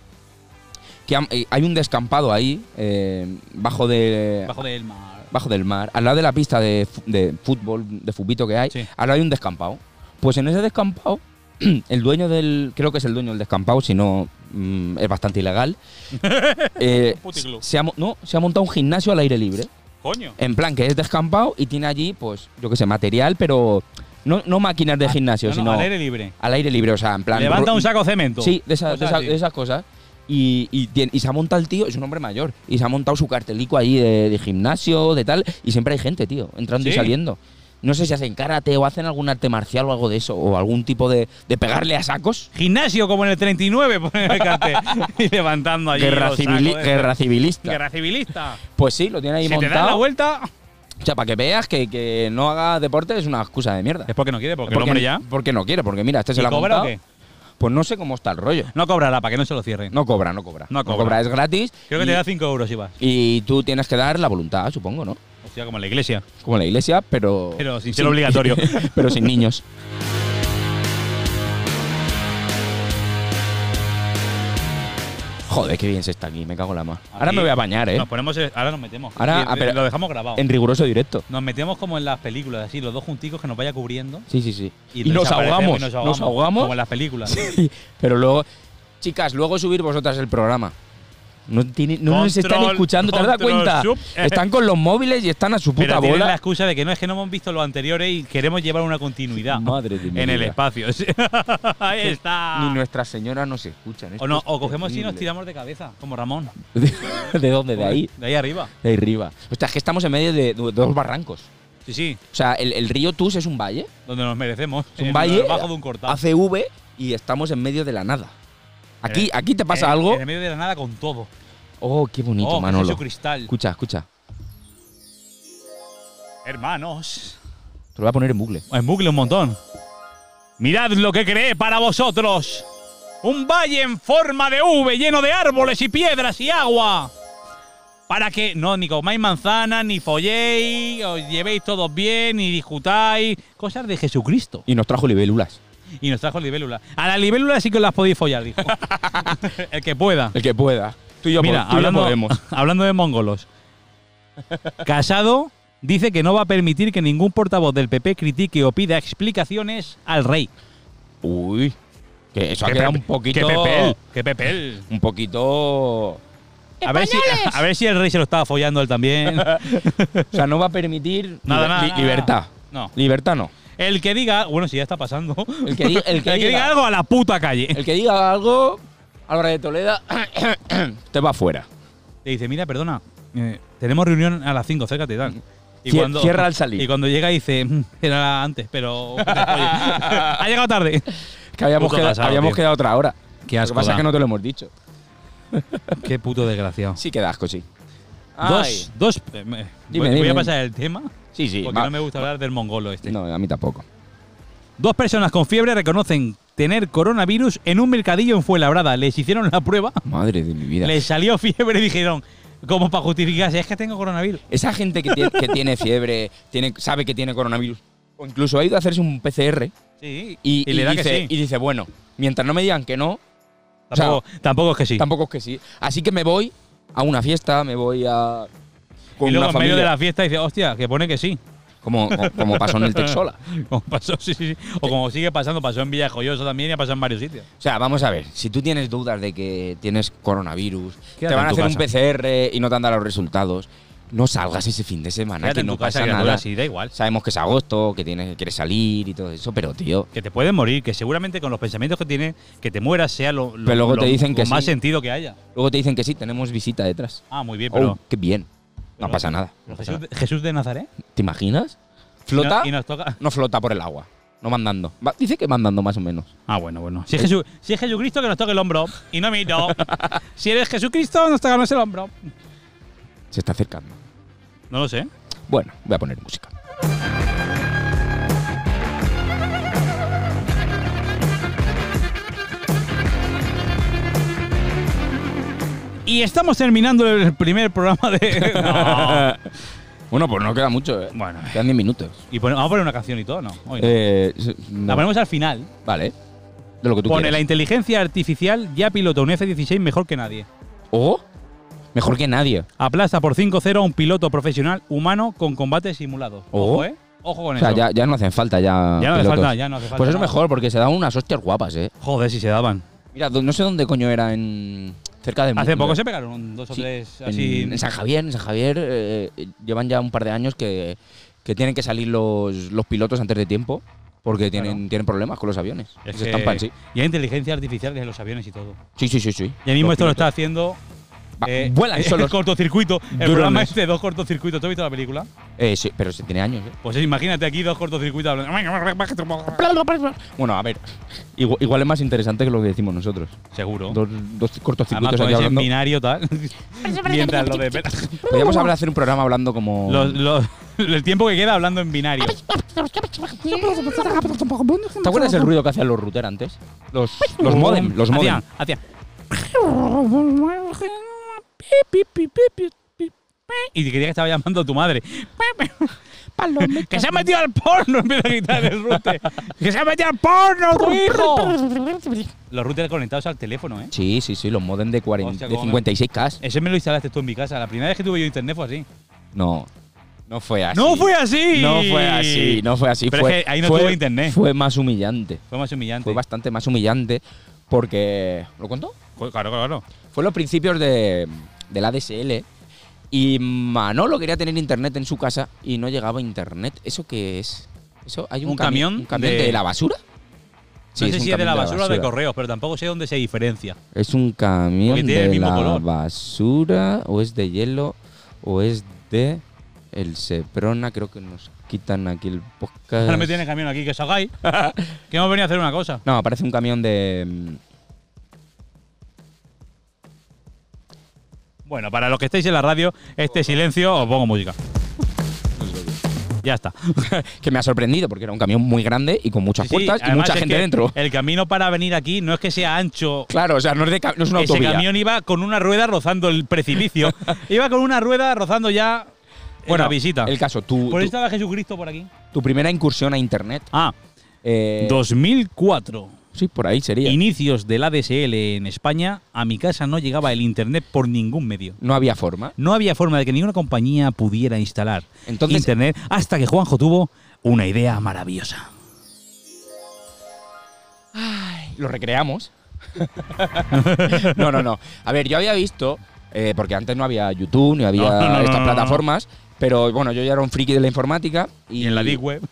[SPEAKER 1] que han- eh, hay un descampado ahí, eh, bajo, de, bajo.
[SPEAKER 2] Bajo del mar.
[SPEAKER 1] del mar, al lado de la pista de, fu- de fútbol, de fubito que hay,
[SPEAKER 2] Sí.
[SPEAKER 1] al lado hay un descampado. Pues en ese descampado, (clears throat) el dueño del, creo que es el dueño del descampado, si no mm, es bastante
[SPEAKER 2] (laughs)
[SPEAKER 1] ilegal, eh,
[SPEAKER 2] Puticlub.
[SPEAKER 1] se, ha, mo- no, se ha montado un gimnasio al aire libre.
[SPEAKER 2] Coño.
[SPEAKER 1] En plan, que es descampado y tiene allí, pues, yo qué sé, material, pero no, no máquinas de gimnasio,
[SPEAKER 2] Ah, No, no,
[SPEAKER 1] sino
[SPEAKER 2] al aire libre.
[SPEAKER 1] al aire libre, o sea, en plan.
[SPEAKER 2] Levanta
[SPEAKER 1] ru-
[SPEAKER 2] un saco de cemento.
[SPEAKER 1] Sí, de, esas- de
[SPEAKER 2] Cosas
[SPEAKER 1] esas-
[SPEAKER 2] así.
[SPEAKER 1] de esas cosas. Y, y tiene- y se ha montado el tío, es un hombre mayor, y se ha montado su cartelico ahí de, de gimnasio, de tal, y siempre hay gente, tío, entrando y
[SPEAKER 2] Sí.
[SPEAKER 1] saliendo. No sé si hacen karate o hacen algún arte marcial o algo de eso, o algún tipo de, de pegarle a sacos.
[SPEAKER 2] Gimnasio como en el (laughs) 39, ponen el cartel. y levantando allí.
[SPEAKER 1] Guerra,
[SPEAKER 2] los
[SPEAKER 1] civili-
[SPEAKER 2] sacos de-
[SPEAKER 1] guerra civilista.
[SPEAKER 2] Guerra civilista.
[SPEAKER 1] Pues sí, lo tiene ahí
[SPEAKER 2] Si te
[SPEAKER 1] montado.
[SPEAKER 2] das la vuelta.
[SPEAKER 1] o sea, para que veas que, que no haga deporte es una excusa de mierda.
[SPEAKER 2] Es porque no quiere, porque, el hombre ya.
[SPEAKER 1] Porque no quiere, porque mira, este se
[SPEAKER 2] ¿Y
[SPEAKER 1] la ha
[SPEAKER 2] cobra o
[SPEAKER 1] montado.
[SPEAKER 2] qué?
[SPEAKER 1] Pues no sé cómo está el rollo.
[SPEAKER 2] No cobrará, para que no se lo cierren.
[SPEAKER 1] No cobra, no cobra.
[SPEAKER 2] No cobra.
[SPEAKER 1] es gratis.
[SPEAKER 2] Creo que
[SPEAKER 1] y,
[SPEAKER 2] te da 5 euros, Iba.
[SPEAKER 1] y tú tienes que dar la voluntad, supongo, ¿no?
[SPEAKER 2] Hostia, como en la iglesia.
[SPEAKER 1] Como la iglesia, pero.
[SPEAKER 2] Pero sin ser obligatorio.
[SPEAKER 1] (laughs) pero sin niños. Joder, qué bien se está aquí, me cago en la mano. Ahora
[SPEAKER 2] Aquí
[SPEAKER 1] me voy a bañar, ¿eh?
[SPEAKER 2] Nos ponemos, ahora nos metemos.
[SPEAKER 1] Ahora,
[SPEAKER 2] Y eh,
[SPEAKER 1] ah, pero-
[SPEAKER 2] lo dejamos pues, grabado.
[SPEAKER 1] En riguroso directo.
[SPEAKER 2] Nos metemos como en las películas, así, los dos junticos que nos vaya cubriendo.
[SPEAKER 1] Sí, sí, sí. Y,
[SPEAKER 2] desaparecemos
[SPEAKER 1] nos ahogamos.
[SPEAKER 2] y
[SPEAKER 1] Nos ahogamos. (laughs)
[SPEAKER 2] Como en las películas.
[SPEAKER 1] Pero luego. Chicas, luego subir vosotras el programa. No, tiene- no nos están
[SPEAKER 2] Control,
[SPEAKER 1] escuchando, ¿te has dado
[SPEAKER 2] control,
[SPEAKER 1] cuenta?
[SPEAKER 2] sub. eh.
[SPEAKER 1] Están con los móviles y están a su
[SPEAKER 2] Pero
[SPEAKER 1] puta
[SPEAKER 2] tienen la
[SPEAKER 1] bola.
[SPEAKER 2] excusa de que no es que no hemos visto los anteriores y queremos llevar una continuidad
[SPEAKER 1] Madre de mi
[SPEAKER 2] en el
[SPEAKER 1] vida.
[SPEAKER 2] espacio. (laughs) Ahí está.
[SPEAKER 1] Ni nuestra señora nos escuchan.
[SPEAKER 2] o, no, o cogemos y nos tiramos de cabeza, como Ramón.
[SPEAKER 1] (laughs) ¿De dónde? De ahí.
[SPEAKER 2] De ahí arriba.
[SPEAKER 1] De ahí arriba. O sea, es que estamos en medio de, de dos barrancos.
[SPEAKER 2] Sí, sí,
[SPEAKER 1] O sea, el, el río Tus es un valle.
[SPEAKER 2] donde nos merecemos.
[SPEAKER 1] Es un
[SPEAKER 2] En-
[SPEAKER 1] valle.
[SPEAKER 2] Eh, Debajo de un cortado.
[SPEAKER 1] Hace V y estamos en medio de la nada.
[SPEAKER 2] Eh,
[SPEAKER 1] Aquí, aquí te pasa
[SPEAKER 2] En-
[SPEAKER 1] algo.
[SPEAKER 2] En el medio de la nada con todo.
[SPEAKER 1] Oh, qué bonito,
[SPEAKER 2] oh, Jesús
[SPEAKER 1] Manolo.
[SPEAKER 2] cristal.
[SPEAKER 1] Escucha, escucha.
[SPEAKER 2] Hermanos.
[SPEAKER 1] Te lo voy a poner en bucle.
[SPEAKER 2] En bucle un montón. Mirad lo que creé para vosotros. Un valle en forma de V lleno de árboles y piedras y agua. Para que no ni comáis manzanas, ni folléis, os llevéis todos bien, ni discutáis. Cosas de Jesucristo.
[SPEAKER 1] Y nos trajo libélulas.
[SPEAKER 2] Y nos trajo libélula. A la libélula sí que os las podéis follar, dijo. El que pueda.
[SPEAKER 1] El que pueda. Tú y yo,
[SPEAKER 2] Mira,
[SPEAKER 1] po- tú y yo
[SPEAKER 2] hablando,
[SPEAKER 1] podemos.
[SPEAKER 2] (laughs) hablando de mongolos. Casado dice que no va a permitir que ningún portavoz del PP critique o pida explicaciones al rey.
[SPEAKER 1] Uy. Que eso ha
[SPEAKER 2] Qué
[SPEAKER 1] quedado
[SPEAKER 2] pe-
[SPEAKER 1] un poquito.
[SPEAKER 2] ¡Qué pepel! ¡Qué pepel!
[SPEAKER 1] Un poquito.
[SPEAKER 2] A ver, si, a ver si el rey se lo estaba follando
[SPEAKER 1] (laughs)
[SPEAKER 2] él también. nada,
[SPEAKER 1] O sea, no va a permitir
[SPEAKER 2] nada,
[SPEAKER 1] liber- li-
[SPEAKER 2] nada.
[SPEAKER 1] libertad.
[SPEAKER 2] No.
[SPEAKER 1] Libertad
[SPEAKER 2] (laughs)
[SPEAKER 1] no.
[SPEAKER 2] El que diga. Bueno, sí, ya está pasando.
[SPEAKER 1] El que di-
[SPEAKER 2] (laughs)
[SPEAKER 1] el que diga-
[SPEAKER 2] algo a la puta calle.
[SPEAKER 1] El que diga algo, Álvaro de Toledo, (coughs) te va fuera.
[SPEAKER 2] Te dice, mira, perdona, eh, tenemos reunión a las 5, acércate, tal.
[SPEAKER 1] Cier- cierra al salir.
[SPEAKER 2] Y cuando llega dice, "Mm, era antes,
[SPEAKER 1] (laughs)
[SPEAKER 2] pero. (laughs) oye, ha llegado tarde. (laughs)
[SPEAKER 1] Que habíamos,
[SPEAKER 2] Puto
[SPEAKER 1] quedado,
[SPEAKER 2] pasado,
[SPEAKER 1] habíamos
[SPEAKER 2] tío.
[SPEAKER 1] quedado otra hora.
[SPEAKER 2] Qué
[SPEAKER 1] lo
[SPEAKER 2] asco
[SPEAKER 1] que pasa
[SPEAKER 2] da.
[SPEAKER 1] es que no te lo hemos dicho.
[SPEAKER 2] Qué puto desgraciado.
[SPEAKER 1] Sí que da asco, sí.
[SPEAKER 2] Dos,
[SPEAKER 1] Ay.
[SPEAKER 2] dos. eh, me-
[SPEAKER 1] Dime,
[SPEAKER 2] voy, voy
[SPEAKER 1] dime.
[SPEAKER 2] a pasar el tema.
[SPEAKER 1] Sí, sí.
[SPEAKER 2] porque
[SPEAKER 1] va.
[SPEAKER 2] no me gusta hablar del mongolo este.
[SPEAKER 1] No, a mí tampoco.
[SPEAKER 2] Dos personas con fiebre reconocen tener coronavirus en un mercadillo en Fuenlabrada. Les hicieron la prueba,
[SPEAKER 1] Madre de mi vida.
[SPEAKER 2] les salió fiebre y dijeron, como para justificarse, es que tengo coronavirus.
[SPEAKER 1] Esa gente que tie-
[SPEAKER 2] (laughs)
[SPEAKER 1] que tiene, fiebre, tiene, sabe que tiene coronavirus, o incluso ha ido a hacerse un PCR
[SPEAKER 2] Sí,
[SPEAKER 1] y, y
[SPEAKER 2] le da
[SPEAKER 1] dice,
[SPEAKER 2] que sí.
[SPEAKER 1] y dice, bueno, mientras no me digan que no, o sea,
[SPEAKER 2] tampoco, tampoco es que sí.
[SPEAKER 1] tampoco es que sí. Así que me voy a una fiesta, me voy a... Con
[SPEAKER 2] y luego
[SPEAKER 1] una
[SPEAKER 2] en medio
[SPEAKER 1] familia,
[SPEAKER 2] de la fiesta dice, hostia, que pone que sí. (laughs)
[SPEAKER 1] como, como pasó en el Texola.
[SPEAKER 2] Como pasó, sí, sí, sí. O como sigue pasando, pasó en Villajoyosa también y ha pasado en varios sitios.
[SPEAKER 1] O sea, vamos a ver, si tú tienes dudas de que tienes coronavirus,
[SPEAKER 2] Quédate
[SPEAKER 1] te van
[SPEAKER 2] en
[SPEAKER 1] a
[SPEAKER 2] tu
[SPEAKER 1] hacer
[SPEAKER 2] casa.
[SPEAKER 1] un PCR y no te han dado los resultados, no salgas ese fin de semana,
[SPEAKER 2] Quédate
[SPEAKER 1] que
[SPEAKER 2] en
[SPEAKER 1] no
[SPEAKER 2] tu casa,
[SPEAKER 1] pasa
[SPEAKER 2] criatura,
[SPEAKER 1] nada.
[SPEAKER 2] sí, da igual.
[SPEAKER 1] Sabemos que es agosto, que tienes, quieres salir y todo eso, pero tío,
[SPEAKER 2] Que te puedes morir, que seguramente con los pensamientos que tienes, que te mueras sea lo, lo-
[SPEAKER 1] Pero luego
[SPEAKER 2] lo-
[SPEAKER 1] te dicen
[SPEAKER 2] lo
[SPEAKER 1] que
[SPEAKER 2] más
[SPEAKER 1] sí.
[SPEAKER 2] sentido que haya.
[SPEAKER 1] luego te dicen que sí, tenemos visita detrás.
[SPEAKER 2] Ah, muy bien, pero.
[SPEAKER 1] Oh, qué bien. No
[SPEAKER 2] pero-
[SPEAKER 1] pasa nada. no pasa
[SPEAKER 2] Jesús,
[SPEAKER 1] nada.
[SPEAKER 2] de- Jesús de Nazaret.
[SPEAKER 1] ¿Te imaginas?
[SPEAKER 2] Y no-
[SPEAKER 1] Flota,
[SPEAKER 2] Y
[SPEAKER 1] no,
[SPEAKER 2] nos toca.
[SPEAKER 1] flota por el agua, no mandando. Va- dice que mandando más o menos.
[SPEAKER 2] Ah, bueno, bueno. Si es, Jesu- si es Jesucristo, que nos toque el hombro. Y
[SPEAKER 1] (laughs)
[SPEAKER 2] no miro. si eres Jesucristo, nos tocamos el hombro.
[SPEAKER 1] Se está acercando.
[SPEAKER 2] No lo sé.
[SPEAKER 1] Bueno, voy a poner música.
[SPEAKER 2] Y estamos terminando el primer
[SPEAKER 1] (laughs)
[SPEAKER 2] programa de. No.
[SPEAKER 1] Bueno, pues no queda mucho, ¿eh?
[SPEAKER 2] Ah. Bueno.
[SPEAKER 1] Quedan 10 minutos.
[SPEAKER 2] Y pone- vamos a poner una canción y todo, ¿no? Hoy no.
[SPEAKER 1] Eh, s- no.
[SPEAKER 2] La ponemos al final.
[SPEAKER 1] Vale. De lo que tú
[SPEAKER 2] Pone la
[SPEAKER 1] quieras.
[SPEAKER 2] inteligencia artificial ya pilota un F-16 mejor que nadie.
[SPEAKER 1] ¿O? ¿Oh? Mejor que nadie.
[SPEAKER 2] Aplasta por 5-0 a un piloto profesional humano con combate simulado.
[SPEAKER 1] Oh.
[SPEAKER 2] Ojo, ¿eh? Ojo con
[SPEAKER 1] O sea,
[SPEAKER 2] eso.
[SPEAKER 1] ya, ya no hacen falta ya.
[SPEAKER 2] Ya no hace
[SPEAKER 1] pilotos.
[SPEAKER 2] falta, ya no hace falta.
[SPEAKER 1] Pues eso es
[SPEAKER 2] nada.
[SPEAKER 1] mejor, porque se dan unas hostias guapas, eh.
[SPEAKER 2] Joder, si se daban.
[SPEAKER 1] Mira, do- no sé dónde coño era en. cerca de
[SPEAKER 2] Hace
[SPEAKER 1] Murcia.
[SPEAKER 2] poco se pegaron dos o
[SPEAKER 1] Sí,
[SPEAKER 2] tres
[SPEAKER 1] en-
[SPEAKER 2] así.
[SPEAKER 1] En, San Javier, en San Javier, eh, eh, llevan ya un par de años que, que tienen que salir los, los pilotos antes de tiempo porque tienen, tienen problemas con los aviones.
[SPEAKER 2] Es
[SPEAKER 1] se
[SPEAKER 2] que
[SPEAKER 1] estampan, sí.
[SPEAKER 2] Y hay inteligencia artificial en los aviones y todo.
[SPEAKER 1] Sí, sí, sí, sí.
[SPEAKER 2] Y ahí mismo
[SPEAKER 1] Los
[SPEAKER 2] esto
[SPEAKER 1] pilotos.
[SPEAKER 2] lo está haciendo.
[SPEAKER 1] Va,
[SPEAKER 2] eh,
[SPEAKER 1] vuelan
[SPEAKER 2] el
[SPEAKER 1] solos.
[SPEAKER 2] cortocircuito. El
[SPEAKER 1] Drones.
[SPEAKER 2] programa este, dos cortocircuitos. ¿Tú has visto la película?
[SPEAKER 1] Eh, sí, pero se tiene años, eh.
[SPEAKER 2] Pues imagínate aquí dos cortocircuitos hablando.
[SPEAKER 1] Bueno, a ver. Igual, igual es más interesante que lo que decimos nosotros.
[SPEAKER 2] Seguro.
[SPEAKER 1] Dos, dos
[SPEAKER 2] Oh. Además,
[SPEAKER 1] cortocircuitos
[SPEAKER 2] con
[SPEAKER 1] aquí
[SPEAKER 2] ese
[SPEAKER 1] hablando. (laughs)
[SPEAKER 2] binario tal. Mientras lo de. (laughs)
[SPEAKER 1] Podríamos hablar, hacer un programa hablando como.
[SPEAKER 2] Los- los- el tiempo que queda hablando en binario.
[SPEAKER 1] ¿Te acuerdas del ruido que hacían los router antes? Los, los modem, los modem.
[SPEAKER 2] Oh. Hacían- hacían. Y quería que estaba llamando a tu madre. ¡Que se ha metido al porno! (laughs) Empieza a gritar el router. ¡Que se ha metido al porno, tu hijo! Los routers conectados al teléfono, ¿eh?
[SPEAKER 1] Sí, sí, sí, los modem de, 40,
[SPEAKER 2] Hostia,
[SPEAKER 1] de
[SPEAKER 2] cómo Eh. me-
[SPEAKER 1] 56K.
[SPEAKER 2] Ese me lo instalaste tú en mi casa. La primera vez que tuve yo internet fue así.
[SPEAKER 1] No, no fue así.
[SPEAKER 2] ¡No fue así!
[SPEAKER 1] No fue así, no fue así.
[SPEAKER 2] Pero
[SPEAKER 1] fue,
[SPEAKER 2] es que ahí no
[SPEAKER 1] fue-
[SPEAKER 2] tuve internet.
[SPEAKER 1] Fue más humillante.
[SPEAKER 2] Fue más humillante.
[SPEAKER 1] Fue bastante más humillante porque. ¿Lo cuento?
[SPEAKER 2] Pues claro, claro, claro.
[SPEAKER 1] Fue los principios de, de la DSL y Manolo quería tener internet en su casa y no llegaba internet. ¿Eso qué es? ¿Eso hay un,
[SPEAKER 2] Un
[SPEAKER 1] cami-
[SPEAKER 2] camión
[SPEAKER 1] un camión de,
[SPEAKER 2] de-
[SPEAKER 1] la basura? Sí,
[SPEAKER 2] No sé
[SPEAKER 1] un
[SPEAKER 2] si es de
[SPEAKER 1] camión
[SPEAKER 2] la basura o de correos, pero tampoco sé dónde se diferencia.
[SPEAKER 1] Es un camión
[SPEAKER 2] Porque tiene
[SPEAKER 1] de
[SPEAKER 2] el mismo
[SPEAKER 1] la
[SPEAKER 2] color.
[SPEAKER 1] basura o es de hielo o es de el Seprona. Creo que nos quitan aquí el podcast.
[SPEAKER 2] Ahora me tiene camión aquí que salgáis.
[SPEAKER 1] (laughs)
[SPEAKER 2] que hemos venido a hacer una cosa.
[SPEAKER 1] No, aparece un camión de. mm,
[SPEAKER 2] Bueno, para los que estáis en la radio, este silencio os pongo música. Ya está.
[SPEAKER 1] Que me ha sorprendido porque era un camión muy grande y con muchas
[SPEAKER 2] Sí, sí,
[SPEAKER 1] puertas y
[SPEAKER 2] además
[SPEAKER 1] mucha
[SPEAKER 2] es
[SPEAKER 1] gente
[SPEAKER 2] que (laughs)
[SPEAKER 1] dentro.
[SPEAKER 2] El camino para venir aquí no es que sea ancho.
[SPEAKER 1] Claro, o sea, no es, de ca- no es una
[SPEAKER 2] Ese
[SPEAKER 1] autovía.
[SPEAKER 2] camión iba con una rueda rozando el precipicio. (laughs) iba con una rueda rozando ya bueno, la visita.
[SPEAKER 1] El caso, tu,
[SPEAKER 2] por
[SPEAKER 1] tu-
[SPEAKER 2] ahí estaba Jesucristo por aquí.
[SPEAKER 1] tu primera incursión a internet.
[SPEAKER 2] Ah,
[SPEAKER 1] eh,
[SPEAKER 2] 2004.
[SPEAKER 1] Sí, por ahí sería.
[SPEAKER 2] Inicios del ADSL en España. A mi casa no llegaba el internet por ningún medio.
[SPEAKER 1] No había forma.
[SPEAKER 2] No había forma de que ninguna compañía pudiera instalar
[SPEAKER 1] Entonces-
[SPEAKER 2] internet hasta que Juanjo tuvo una idea maravillosa.
[SPEAKER 1] Lo recreamos.
[SPEAKER 2] (laughs)
[SPEAKER 1] no, no, no. A ver, yo había visto, eh, porque antes no había YouTube, ni había
[SPEAKER 2] No, no, no,
[SPEAKER 1] estas
[SPEAKER 2] no, no.
[SPEAKER 1] plataformas, pero bueno, yo ya era un friki de la informática. Y,
[SPEAKER 2] Y en la Deep Web.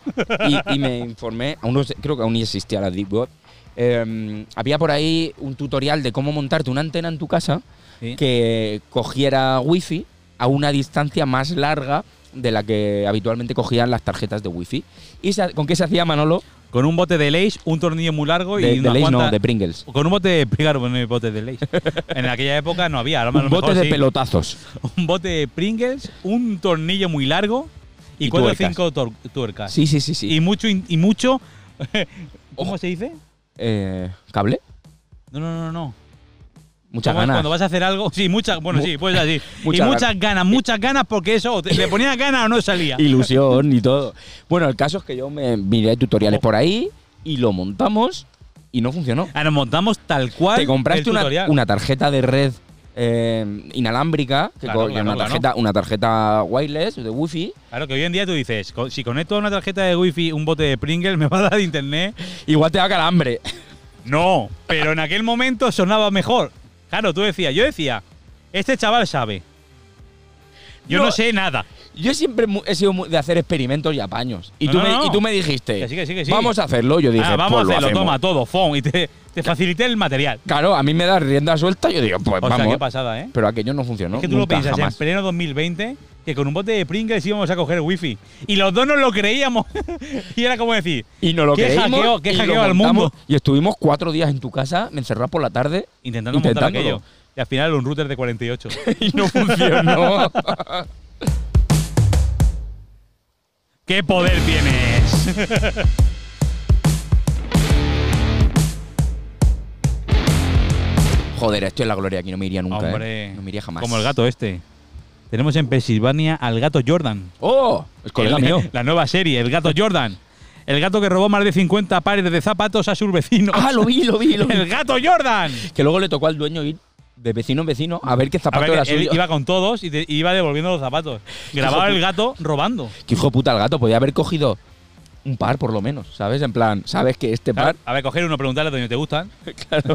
[SPEAKER 1] y, y me informé, aún no sé- creo que aún ni existía la Deep Web. Eh, había por ahí un tutorial de cómo montarte una antena en tu casa
[SPEAKER 2] Sí.
[SPEAKER 1] que cogiera wifi a una distancia más larga de la que habitualmente cogían las tarjetas de wifi. ¿Y se- con qué se hacía Manolo?
[SPEAKER 2] Con un bote de Lays, un tornillo muy largo
[SPEAKER 1] De,
[SPEAKER 2] y
[SPEAKER 1] de
[SPEAKER 2] una
[SPEAKER 1] Lay's, no,
[SPEAKER 2] cuanta-
[SPEAKER 1] de Pringles.
[SPEAKER 2] Con un bote de claro, bueno,
[SPEAKER 1] (laughs)
[SPEAKER 2] bote de Lays. en aquella época no había. a lo
[SPEAKER 1] Un
[SPEAKER 2] mejor
[SPEAKER 1] bote de
[SPEAKER 2] sí.
[SPEAKER 1] pelotazos.
[SPEAKER 2] Un bote de Pringles, un tornillo muy largo y,
[SPEAKER 1] Y
[SPEAKER 2] cuatro o
[SPEAKER 1] tuercas.
[SPEAKER 2] cinco tor- tuercas.
[SPEAKER 1] Sí, sí, sí, sí.
[SPEAKER 2] Y mucho. in-
[SPEAKER 1] (laughs)
[SPEAKER 2] Y mucho ¿Cómo
[SPEAKER 1] Ojo.
[SPEAKER 2] se dice?
[SPEAKER 1] Eh, ¿Cable?
[SPEAKER 2] No, no, no, no.
[SPEAKER 1] Muchas
[SPEAKER 2] Como
[SPEAKER 1] ganas.
[SPEAKER 2] Cuando vas a hacer algo, sí, muchas, bueno,
[SPEAKER 1] Mu-
[SPEAKER 2] sí, pues así.
[SPEAKER 1] (laughs) Muchas
[SPEAKER 2] y muchas ganas. muchas ganas, porque eso, o te- le ponía ganas o no salía.
[SPEAKER 1] Ilusión y
[SPEAKER 2] (laughs)
[SPEAKER 1] todo. Bueno, el caso es que yo me miré tutoriales
[SPEAKER 2] Oh.
[SPEAKER 1] por ahí y lo montamos y no funcionó.
[SPEAKER 2] Ah, nos montamos tal cual.
[SPEAKER 1] Te compraste
[SPEAKER 2] el
[SPEAKER 1] una,
[SPEAKER 2] tutorial.
[SPEAKER 1] una tarjeta de red eh, inalámbrica, que
[SPEAKER 2] Claro,
[SPEAKER 1] co- que
[SPEAKER 2] claro,
[SPEAKER 1] una,
[SPEAKER 2] claro.
[SPEAKER 1] tarjeta, una tarjeta wireless de wifi,
[SPEAKER 2] Claro que hoy en día tú dices, co- si conecto a una tarjeta de wifi un bote de Pringles, (laughs) me va a dar internet.
[SPEAKER 1] igual te da calambre.
[SPEAKER 2] No, pero en aquel momento sonaba mejor. Claro, tú decías, yo decía, este chaval sabe. Yo no,
[SPEAKER 1] No.
[SPEAKER 2] sé nada.
[SPEAKER 1] Yo siempre mu- he sido muy de hacer experimentos y apaños. Y,
[SPEAKER 2] No,
[SPEAKER 1] tú,
[SPEAKER 2] no,
[SPEAKER 1] me,
[SPEAKER 2] no.
[SPEAKER 1] y tú me dijiste,
[SPEAKER 2] Que sí, que sí, que sí.
[SPEAKER 1] vamos a hacerlo. Yo dije,
[SPEAKER 2] Ah,
[SPEAKER 1] "Pues
[SPEAKER 2] vamos a
[SPEAKER 1] lo
[SPEAKER 2] hacerlo,
[SPEAKER 1] hacemos".
[SPEAKER 2] toma, todo, phone, y te, te facilité el material.
[SPEAKER 1] Claro, a mí me da rienda suelta. Yo digo, pues
[SPEAKER 2] Hostia,
[SPEAKER 1] vamos.
[SPEAKER 2] qué pasada, ¿eh?
[SPEAKER 1] Pero aquello no funcionó.
[SPEAKER 2] es que tú
[SPEAKER 1] nunca,
[SPEAKER 2] lo piensas, eh,
[SPEAKER 1] jamás.
[SPEAKER 2] en pleno 2020, que con un bote de Pringles íbamos a coger wifi. Y los dos nos lo creíamos. (laughs) y era como decir,
[SPEAKER 1] Y no lo
[SPEAKER 2] Qué
[SPEAKER 1] creímos.
[SPEAKER 2] hackeo, qué
[SPEAKER 1] y lo
[SPEAKER 2] hackeo al
[SPEAKER 1] montamos,
[SPEAKER 2] mundo.
[SPEAKER 1] Y estuvimos cuatro días en tu casa, encerrado por la tarde,
[SPEAKER 2] intentando montar
[SPEAKER 1] Intentándolo.
[SPEAKER 2] aquello. Y al final era un router de 48.
[SPEAKER 1] (laughs) y (laughs) no
[SPEAKER 2] (laughs)
[SPEAKER 1] funcionó.
[SPEAKER 2] ¡Qué poder tienes!
[SPEAKER 1] Joder, estoy en la gloria aquí, no me iría nunca. ¿eh?
[SPEAKER 2] Hombre,
[SPEAKER 1] No me iría jamás.
[SPEAKER 2] como el gato este. Tenemos en Pensilvania al gato Jordan.
[SPEAKER 1] ¡Oh! Es colega
[SPEAKER 2] El-
[SPEAKER 1] mío.
[SPEAKER 2] La nueva serie, El gato Jordan. El gato que robó más de 50 pares de zapatos a sus vecinos.
[SPEAKER 1] (laughs) ¡Ah, lo vi, lo vi, lo vi!
[SPEAKER 2] (laughs) ¡El gato Jordan!
[SPEAKER 1] que luego le tocó al dueño ir de vecino en vecino a ver qué
[SPEAKER 2] A
[SPEAKER 1] zapato
[SPEAKER 2] ver,
[SPEAKER 1] era
[SPEAKER 2] él
[SPEAKER 1] suyo.
[SPEAKER 2] iba con todos y, te- y iba devolviendo
[SPEAKER 1] (laughs)
[SPEAKER 2] los zapatos. Grababa
[SPEAKER 1] de
[SPEAKER 2] el gato robando.
[SPEAKER 1] Que hijo de puta el gato, podía haber cogido un par por lo menos, ¿sabes? En plan, ¿sabes que este par?
[SPEAKER 2] A ver, coger uno, preguntarle a dónde te
[SPEAKER 1] (laughs)
[SPEAKER 2] gustan.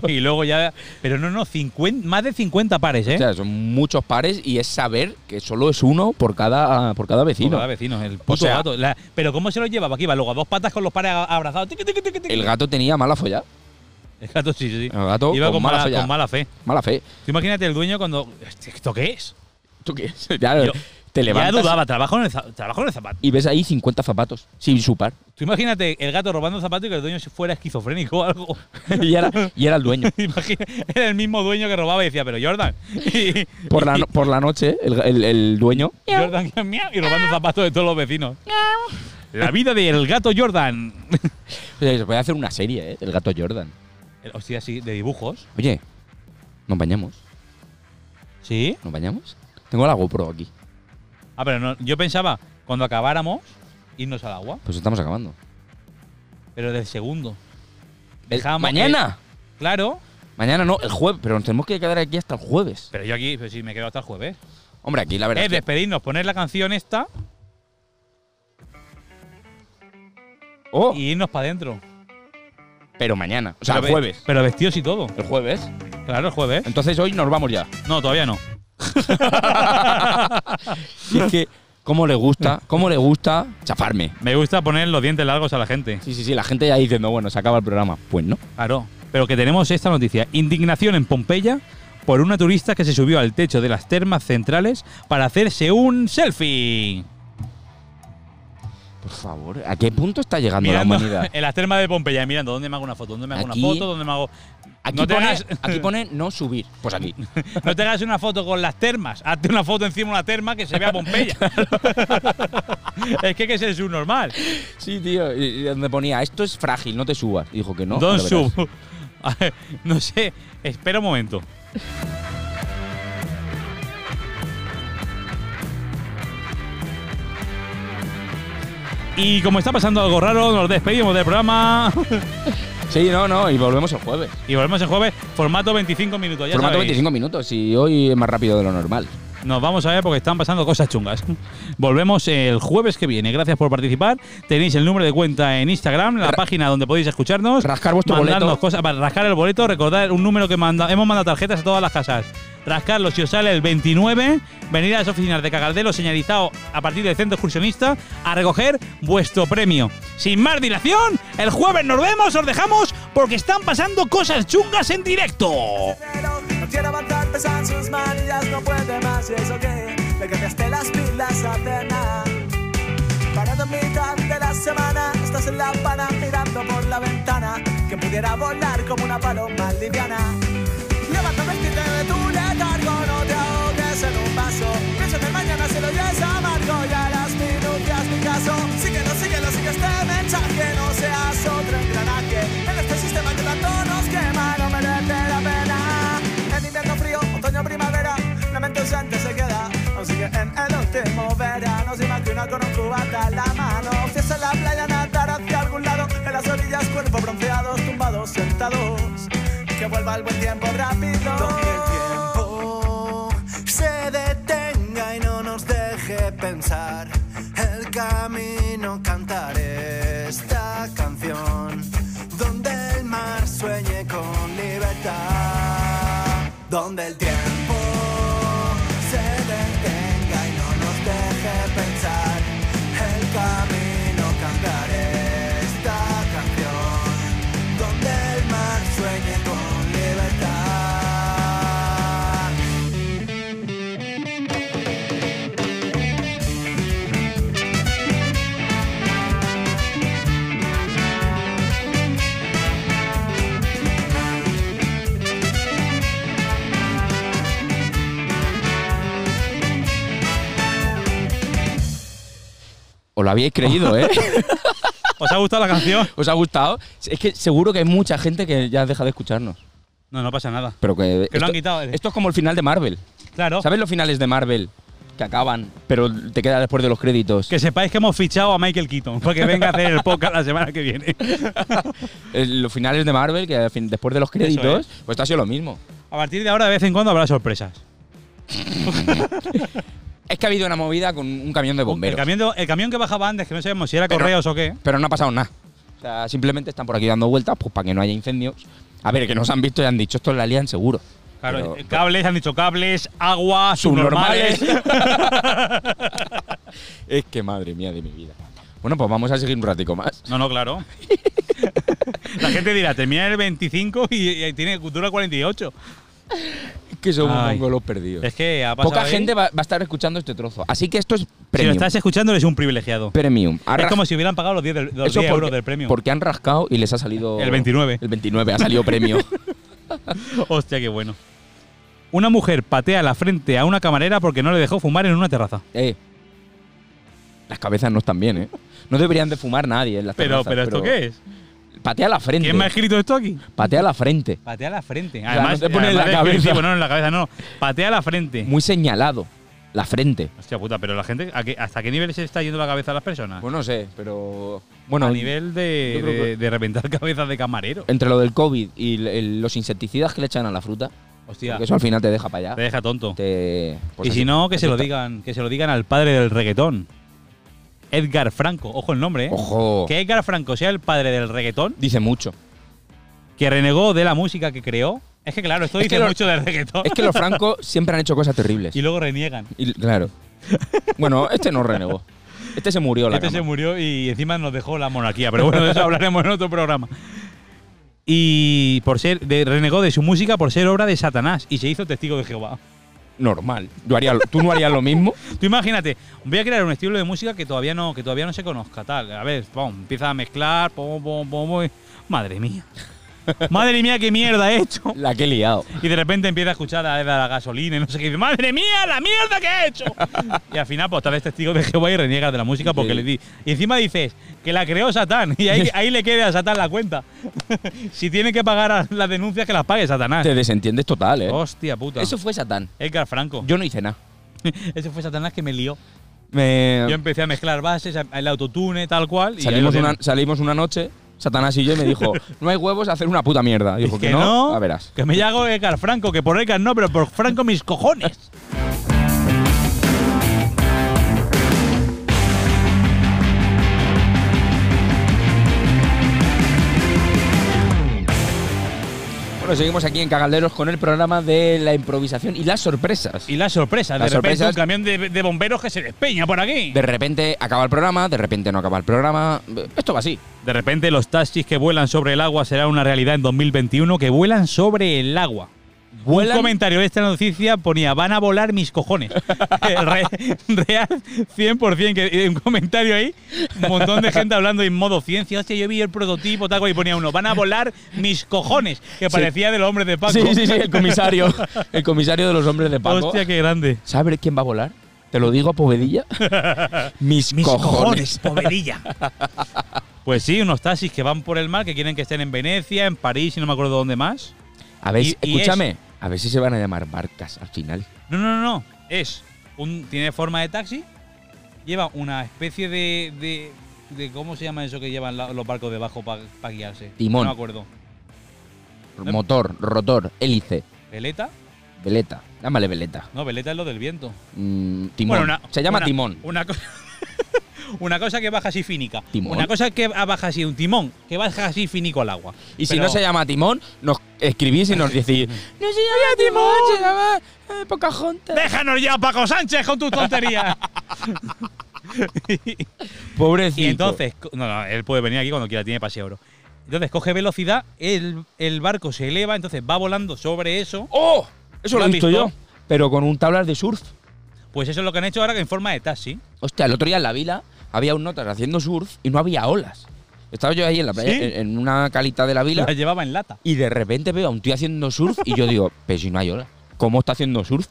[SPEAKER 2] Y luego ya. Pero no, no, 50 más de 50 pares, ¿eh?
[SPEAKER 1] O sea, son muchos pares y es saber que solo es uno por cada, por cada
[SPEAKER 2] Por
[SPEAKER 1] vecino.
[SPEAKER 2] cada vecino, el puto
[SPEAKER 1] sea-
[SPEAKER 2] gato. La- pero ¿cómo se lo llevaba? Aquí iba luego a dos patas con los pares a- abrazados. Tiqui, tiqui, tiqui, tiqui.
[SPEAKER 1] El gato tenía mala folla,
[SPEAKER 2] El gato, sí, sí. sí.
[SPEAKER 1] El gato
[SPEAKER 2] iba
[SPEAKER 1] con
[SPEAKER 2] con,
[SPEAKER 1] mala
[SPEAKER 2] mala,
[SPEAKER 1] folla.
[SPEAKER 2] con mala fe.
[SPEAKER 1] mala fe.
[SPEAKER 2] Tú imagínate el dueño cuando. "Hostia, ¿Esto qué es?
[SPEAKER 1] ¿Tú qué? (laughs) Ya,
[SPEAKER 2] Yo-
[SPEAKER 1] te
[SPEAKER 2] Ya
[SPEAKER 1] levantas
[SPEAKER 2] dudaba, trabajo en, el, za- trabajo en el zapato.
[SPEAKER 1] y ves ahí 50 zapatos sin su par. (laughs)
[SPEAKER 2] Tú imagínate el gato robando zapatos y que el dueño fuera esquizofrénico o algo. (laughs)
[SPEAKER 1] y, era, y era el dueño.
[SPEAKER 2] Imagina- era el mismo dueño que robaba y decía, pero Jordan. Y,
[SPEAKER 1] Por la, no- por la noche, el, el- el dueño.
[SPEAKER 2] Jordan, miau, y robando zapatos de todos los vecinos. La vida del gato Jordan. (laughs)
[SPEAKER 1] O sea, se puede hacer una serie, ¿eh? El gato Jordan.
[SPEAKER 2] Hostia, sí, de dibujos.
[SPEAKER 1] Oye, nos bañamos.
[SPEAKER 2] Sí.
[SPEAKER 1] ¿Nos bañamos? Tengo la GoPro aquí.
[SPEAKER 2] Ah, pero no, yo pensaba, cuando acabáramos, irnos al agua.
[SPEAKER 1] Pues estamos acabando.
[SPEAKER 2] Pero del segundo.
[SPEAKER 1] El-
[SPEAKER 2] Dejamos-
[SPEAKER 1] mañana.
[SPEAKER 2] Claro.
[SPEAKER 1] Mañana no, el jueves. Pero nos tenemos que quedar aquí hasta el jueves.
[SPEAKER 2] Pero yo aquí, pues sí, me quedo hasta el jueves.
[SPEAKER 1] Hombre, aquí la verdad.
[SPEAKER 2] Es
[SPEAKER 1] es que-
[SPEAKER 2] despedirnos, poner la canción esta
[SPEAKER 1] Oh,
[SPEAKER 2] y irnos para adentro.
[SPEAKER 1] pero mañana. O sea, el
[SPEAKER 2] Pero ve-
[SPEAKER 1] jueves.
[SPEAKER 2] Pero vestidos y todo.
[SPEAKER 1] El jueves.
[SPEAKER 2] Claro, el jueves.
[SPEAKER 1] Entonces hoy nos vamos ya.
[SPEAKER 2] No, todavía no.
[SPEAKER 1] Y es que, ¿cómo le gusta? ¿Cómo le gusta chafarme?
[SPEAKER 2] Me gusta poner los dientes largos a la gente.
[SPEAKER 1] Sí, sí, sí, la gente ya diciendo, bueno, se acaba el programa. Pues no.
[SPEAKER 2] Claro. Pero que tenemos esta noticia. Indignación en Pompeya por una turista que se subió al techo de las termas centrales para hacerse un selfie.
[SPEAKER 1] Por favor, ¿a qué punto está llegando
[SPEAKER 2] Mirando
[SPEAKER 1] la (laughs)
[SPEAKER 2] (laughs)
[SPEAKER 1] humanidad?
[SPEAKER 2] en las termas de Pompeya, mirando dónde me hago una foto, dónde me hago
[SPEAKER 1] Aquí-
[SPEAKER 2] una foto, dónde me hago.
[SPEAKER 1] Aquí,
[SPEAKER 2] no, te
[SPEAKER 1] pone,
[SPEAKER 2] hagas, (laughs)
[SPEAKER 1] aquí pone no subir. Pues aquí.
[SPEAKER 2] no te hagas una foto con las termas. Hazte una foto encima de una terma que se
[SPEAKER 1] (laughs)
[SPEAKER 2] vea Pompeya. (laughs) es que, que es el subnormal.
[SPEAKER 1] Sí, tío. Y y donde ponía, esto es frágil, no te subas. Y dijo que no.
[SPEAKER 2] Don
[SPEAKER 1] ahora verás.
[SPEAKER 2] Sub. (laughs) A ver, no sé, espera un momento. Y como está pasando algo raro, nos despedimos del programa (laughs)
[SPEAKER 1] Sí, no, no, y volvemos el jueves.
[SPEAKER 2] y volvemos el jueves, formato 25 minutos. Ya
[SPEAKER 1] Formato
[SPEAKER 2] sabéis.
[SPEAKER 1] 25 minutos y hoy es más rápido de lo normal.
[SPEAKER 2] Nos vamos a ver porque están pasando cosas chungas. Volvemos el jueves que viene. Gracias por participar. Tenéis el número de cuenta en Instagram, la
[SPEAKER 1] Ra-
[SPEAKER 2] página donde podéis escucharnos.
[SPEAKER 1] Rascar vuestro
[SPEAKER 2] mandarnos
[SPEAKER 1] boleto.
[SPEAKER 2] cosas para rascar el boleto. Recordad un número que manda, hemos mandado tarjetas a todas las casas. Rascarlo si os sale el 29. Venid a las oficinas de Cagardelo señalizado a partir del centro excursionista a recoger vuestro premio. Sin más dilación, el jueves nos vemos, os dejamos porque están pasando cosas chungas en directo.
[SPEAKER 3] Pero No quiere avanzar, pesan sus manillas, no puede más. Y eso que le cambiaste las pilas a Tena. Parado en mitad de la semana, estás en la pana mirando por la ventana. Que pudiera volar como una paloma liviana. Levanta vestirte de tu letargo, no te ahogues en un vaso. Piensa que el mañana se lo es amargo y a las minutas mi caso. Síguelo, síguelo, sigue este mensaje, no seas otro engranaje. En este sistema que tanto nos quema, no merece la pena. En invierno frío, otoño, primavera, la mente ausente se queda. Aún sigue en el último verano, se imagina con un cubata en la mano. Fiesta en la playa, nadar hacia algún lado. En las orillas, cuerpo bronceados, tumbados, sentados. Que vuelva el buen tiempo rápido.
[SPEAKER 5] Donde el tiempo se detenga y no nos deje pensar el camino, cantar esta canción. Donde el mar sueñe con libertad. Donde el tiempo se detenga y no nos deje pensar el camino, cantar esta canción. Donde el mar sueñe con libertad.
[SPEAKER 1] Os lo habíais creído,
[SPEAKER 2] (laughs)
[SPEAKER 1] ¿eh?
[SPEAKER 2] ¿Os ha gustado la canción?
[SPEAKER 1] ¿Os ha gustado? Es que seguro que hay mucha gente que ya deja de escucharnos.
[SPEAKER 2] No, no pasa nada.
[SPEAKER 1] Pero que.
[SPEAKER 2] Que lo han quitado, ¿eh?
[SPEAKER 1] Esto es como el final de Marvel.
[SPEAKER 2] Claro.
[SPEAKER 1] ¿Sabes los finales de Marvel? Que acaban, pero te queda después de los créditos.
[SPEAKER 2] Que sepáis que hemos fichado a Michael Keaton para que venga a hacer el podcast la semana que viene.
[SPEAKER 1] Eh, los finales de Marvel, que al fin- después de los créditos,
[SPEAKER 2] es.
[SPEAKER 1] pues esto ha sido lo mismo.
[SPEAKER 2] A partir de ahora, de vez en cuando habrá sorpresas.
[SPEAKER 1] Es que ha habido una movida con un camión de
[SPEAKER 2] El
[SPEAKER 1] bomberos.
[SPEAKER 2] camión, de- el camión que bajaba antes, que no sabemos si era
[SPEAKER 1] Pero-
[SPEAKER 2] correos o qué.
[SPEAKER 1] pero no ha pasado nada. O sea, simplemente están por aquí dando vueltas pues, para que no haya incendios. A ver, que nos han visto y han dicho, esto la lían seguro.
[SPEAKER 2] Claro,
[SPEAKER 1] Pero-
[SPEAKER 2] cables, han dicho cables, agua, subnormales.
[SPEAKER 1] subnormales. (laughs) es que madre mía de mi vida. Bueno, pues vamos a seguir un ratico más.
[SPEAKER 2] No, no, claro. la gente dirá, termina en el 25 y, y tiene, dura 48.
[SPEAKER 1] Es que somos
[SPEAKER 2] Ay.
[SPEAKER 1] mongolos perdidos.
[SPEAKER 2] Es que ha pasado.
[SPEAKER 1] Poca
[SPEAKER 2] ahí.
[SPEAKER 1] gente va, va a estar escuchando este trozo. Así que esto es
[SPEAKER 2] Si lo
[SPEAKER 1] premium.
[SPEAKER 2] estás escuchando, eres un privilegiado.
[SPEAKER 1] premium. Ha
[SPEAKER 2] es
[SPEAKER 1] ras-
[SPEAKER 2] como si hubieran pagado los 10, del- los
[SPEAKER 1] eso
[SPEAKER 2] 10 euros
[SPEAKER 1] porque-
[SPEAKER 2] del premio.
[SPEAKER 1] Porque han rascado y les ha salido.
[SPEAKER 2] El 29.
[SPEAKER 1] El 29, ha salido
[SPEAKER 2] (laughs)
[SPEAKER 1] premio.
[SPEAKER 2] Hostia, qué bueno. Una mujer patea la frente a una camarera porque no le dejó fumar en una terraza.
[SPEAKER 1] Eh, Las cabezas no están bien, ¿eh? No deberían de fumar nadie en las
[SPEAKER 2] Pero,
[SPEAKER 1] terrazas,
[SPEAKER 2] pero ¿esto qué es?
[SPEAKER 1] Patea la frente.
[SPEAKER 2] ¿Quién me ha escrito esto aquí?
[SPEAKER 1] Patea la frente.
[SPEAKER 2] Patea la frente.
[SPEAKER 1] sea,
[SPEAKER 2] Además,
[SPEAKER 1] no ah, te pone en
[SPEAKER 2] además
[SPEAKER 1] la
[SPEAKER 2] de-
[SPEAKER 1] cabeza.
[SPEAKER 2] sí, bueno, en la cabeza no. (laughs) Patea la frente.
[SPEAKER 1] Muy señalado. La frente.
[SPEAKER 2] Hostia puta, pero la gente, ¿a qué- ¿hasta qué nivel se está yendo la cabeza a las personas?
[SPEAKER 1] Pues no sé, pero. Bueno,
[SPEAKER 2] a nivel de,
[SPEAKER 1] yo creo Eh,
[SPEAKER 2] de- de reventar cabezas de camarero.
[SPEAKER 1] entre lo del COVID y el- el- los insecticidas que le echan a la fruta,
[SPEAKER 2] Hostia,
[SPEAKER 1] porque eso al final te deja para
[SPEAKER 2] te
[SPEAKER 1] allá.
[SPEAKER 2] deja tonto.
[SPEAKER 1] Te- pues
[SPEAKER 2] y
[SPEAKER 1] así,
[SPEAKER 2] si no, que
[SPEAKER 1] así
[SPEAKER 2] se lo
[SPEAKER 1] está.
[SPEAKER 2] digan, que se lo digan al padre del reggaetón. Edgar Franco, ojo el nombre, ¿eh?
[SPEAKER 1] Ojo.
[SPEAKER 2] Que Edgar Franco sea el padre del reggaetón,
[SPEAKER 1] Dice mucho.
[SPEAKER 2] que renegó de la música que creó Es que claro, esto
[SPEAKER 1] Es
[SPEAKER 2] dice
[SPEAKER 1] que lo-
[SPEAKER 2] mucho del reggaetón.
[SPEAKER 1] Es que los francos siempre han hecho cosas terribles.
[SPEAKER 2] (laughs) y luego reniegan.
[SPEAKER 1] Y- claro. Bueno, este no renegó. Este se murió en la
[SPEAKER 2] Este se
[SPEAKER 1] cama.
[SPEAKER 2] murió y encima nos dejó la monarquía, pero bueno, de eso hablaremos en otro programa. Y por ser de- renegó de su música por ser obra de Satanás y se hizo testigo de Jehová.
[SPEAKER 1] Normal. Yo haría, ¿Tú no harías lo mismo?
[SPEAKER 2] Tú imagínate, voy a crear un estilo de música que todavía no, que todavía no se conozca, tal. A ver, pum, empieza a mezclar, pum, pum, pum, pum, y- Madre mía. Madre mía, qué mierda he hecho.
[SPEAKER 1] La que he liado.
[SPEAKER 2] Y de repente empieza a escuchar a la gasolina y no sé qué. y dice, Madre mía, la mierda que he hecho. y al final, pues tal vez testigo de Jehová y reniegas de la música porque
[SPEAKER 1] Sí.
[SPEAKER 2] le di. Y encima dices que la creó Satán. Y ahí, ahí le queda a Satán la cuenta. (laughs) si tiene que pagar a- las denuncias, que las pague Satanás.
[SPEAKER 1] Te desentiendes total, ¿eh?
[SPEAKER 2] Hostia puta.
[SPEAKER 1] Eso fue Satán.
[SPEAKER 2] Edgar Franco.
[SPEAKER 1] Yo no hice nada.
[SPEAKER 2] (laughs) Ese fue Satanás que me lió.
[SPEAKER 1] Me-
[SPEAKER 2] Yo empecé a mezclar bases, a- el autotune, tal cual. Y ahí lo
[SPEAKER 1] salimos,
[SPEAKER 2] tiene.
[SPEAKER 1] una, salimos una noche, Satanás y yo, y me dijo, no hay huevos a hacer una puta mierda. Dijo
[SPEAKER 2] Dije,
[SPEAKER 1] que no, a verás.
[SPEAKER 2] Que me llamo Edgar Franco, que por Edgar no, pero por Franco mis cojones.
[SPEAKER 1] Bueno, seguimos aquí en Cagalderos con el programa de la improvisación y las sorpresas.
[SPEAKER 2] Y la sorpresa,
[SPEAKER 1] Las
[SPEAKER 2] de repente
[SPEAKER 1] sorpresas-
[SPEAKER 2] un camión de, de bomberos que se despeña por aquí.
[SPEAKER 1] De repente acaba el programa, de repente no acaba el programa. Esto va así.
[SPEAKER 2] De repente los taxis que vuelan sobre el agua será una realidad en 2021 que vuelan sobre el agua.
[SPEAKER 1] Vuelan-
[SPEAKER 2] Un comentario de esta noticia ponía, van a volar mis (laughs) cojones. Eh, Re- Real 100%, que eh, un comentario ahí, un montón de gente hablando en modo ciencia. Hostia, yo vi el prototipo, tal, cual, y ponía uno, van a volar mis cojones, que parecía del hombre de Paco.
[SPEAKER 1] Sí, sí, sí, el
[SPEAKER 2] (laughs)
[SPEAKER 1] comisario. El comisario de los hombres de Paco.
[SPEAKER 2] Hostia, qué grande.
[SPEAKER 1] ¿Sabes quién va a volar? Te lo digo a
[SPEAKER 2] (laughs)
[SPEAKER 1] Povedilla. Mis, cojones.
[SPEAKER 2] povedilla. (laughs) pues sí, unos taxis que van por el mar, que quieren que estén en Venecia, en París y no me acuerdo dónde más.
[SPEAKER 1] A ver, si-
[SPEAKER 2] Y- y
[SPEAKER 1] escúchame. A ver si se van a llamar barcas al final.
[SPEAKER 2] No, no, no, no. Es un. Tiene forma de taxi. Lleva una especie de. de, de- ¿Cómo se llama eso que llevan la- los barcos debajo para guiarse?
[SPEAKER 1] Timón.
[SPEAKER 2] No me acuerdo. Eh.
[SPEAKER 1] Motor, rotor, hélice,
[SPEAKER 2] ¿Veleta?
[SPEAKER 1] veleta. Llámale veleta.
[SPEAKER 2] No, veleta es lo del viento.
[SPEAKER 1] Mm, timón.
[SPEAKER 2] Bueno, una-
[SPEAKER 1] se llama
[SPEAKER 2] una-
[SPEAKER 1] timón.
[SPEAKER 2] Una cosa. (laughs) Una cosa que baja así finica.
[SPEAKER 1] Timón.
[SPEAKER 2] Una cosa que baja así, un timón, que baja así finico al agua.
[SPEAKER 1] Y si
[SPEAKER 2] Pero-
[SPEAKER 1] no se llama timón, nos escribís
[SPEAKER 2] (laughs)
[SPEAKER 1] y nos decís. no se llama timón, se llama eh, Pocahontas".
[SPEAKER 2] ¡Déjanos ya, Paco Sánchez, con tus tonterías!
[SPEAKER 1] Pobrecito.
[SPEAKER 2] Y entonces, co- no, no, él puede venir aquí cuando quiera, tiene pase oro. Entonces coge velocidad, el, el barco se eleva, entonces va volando sobre eso.
[SPEAKER 1] ¡Oh! Eso
[SPEAKER 2] ¿Lo
[SPEAKER 1] lo he
[SPEAKER 2] has
[SPEAKER 1] visto
[SPEAKER 2] visto?
[SPEAKER 1] yo. Pero con un tablar de surf.
[SPEAKER 2] Pues eso es lo que han hecho ahora en forma de taxi.
[SPEAKER 1] Hostia, el otro día en la vila había un notas haciendo surf y no había olas. Estaba yo ahí en la playa,
[SPEAKER 2] ¿Sí?
[SPEAKER 1] en- en una calita de la
[SPEAKER 2] (laughs)
[SPEAKER 1] vila,
[SPEAKER 2] La llevaba en lata.
[SPEAKER 1] y de repente veo a un tío haciendo surf y yo digo, pero si no hay olas, ¿cómo está haciendo surf?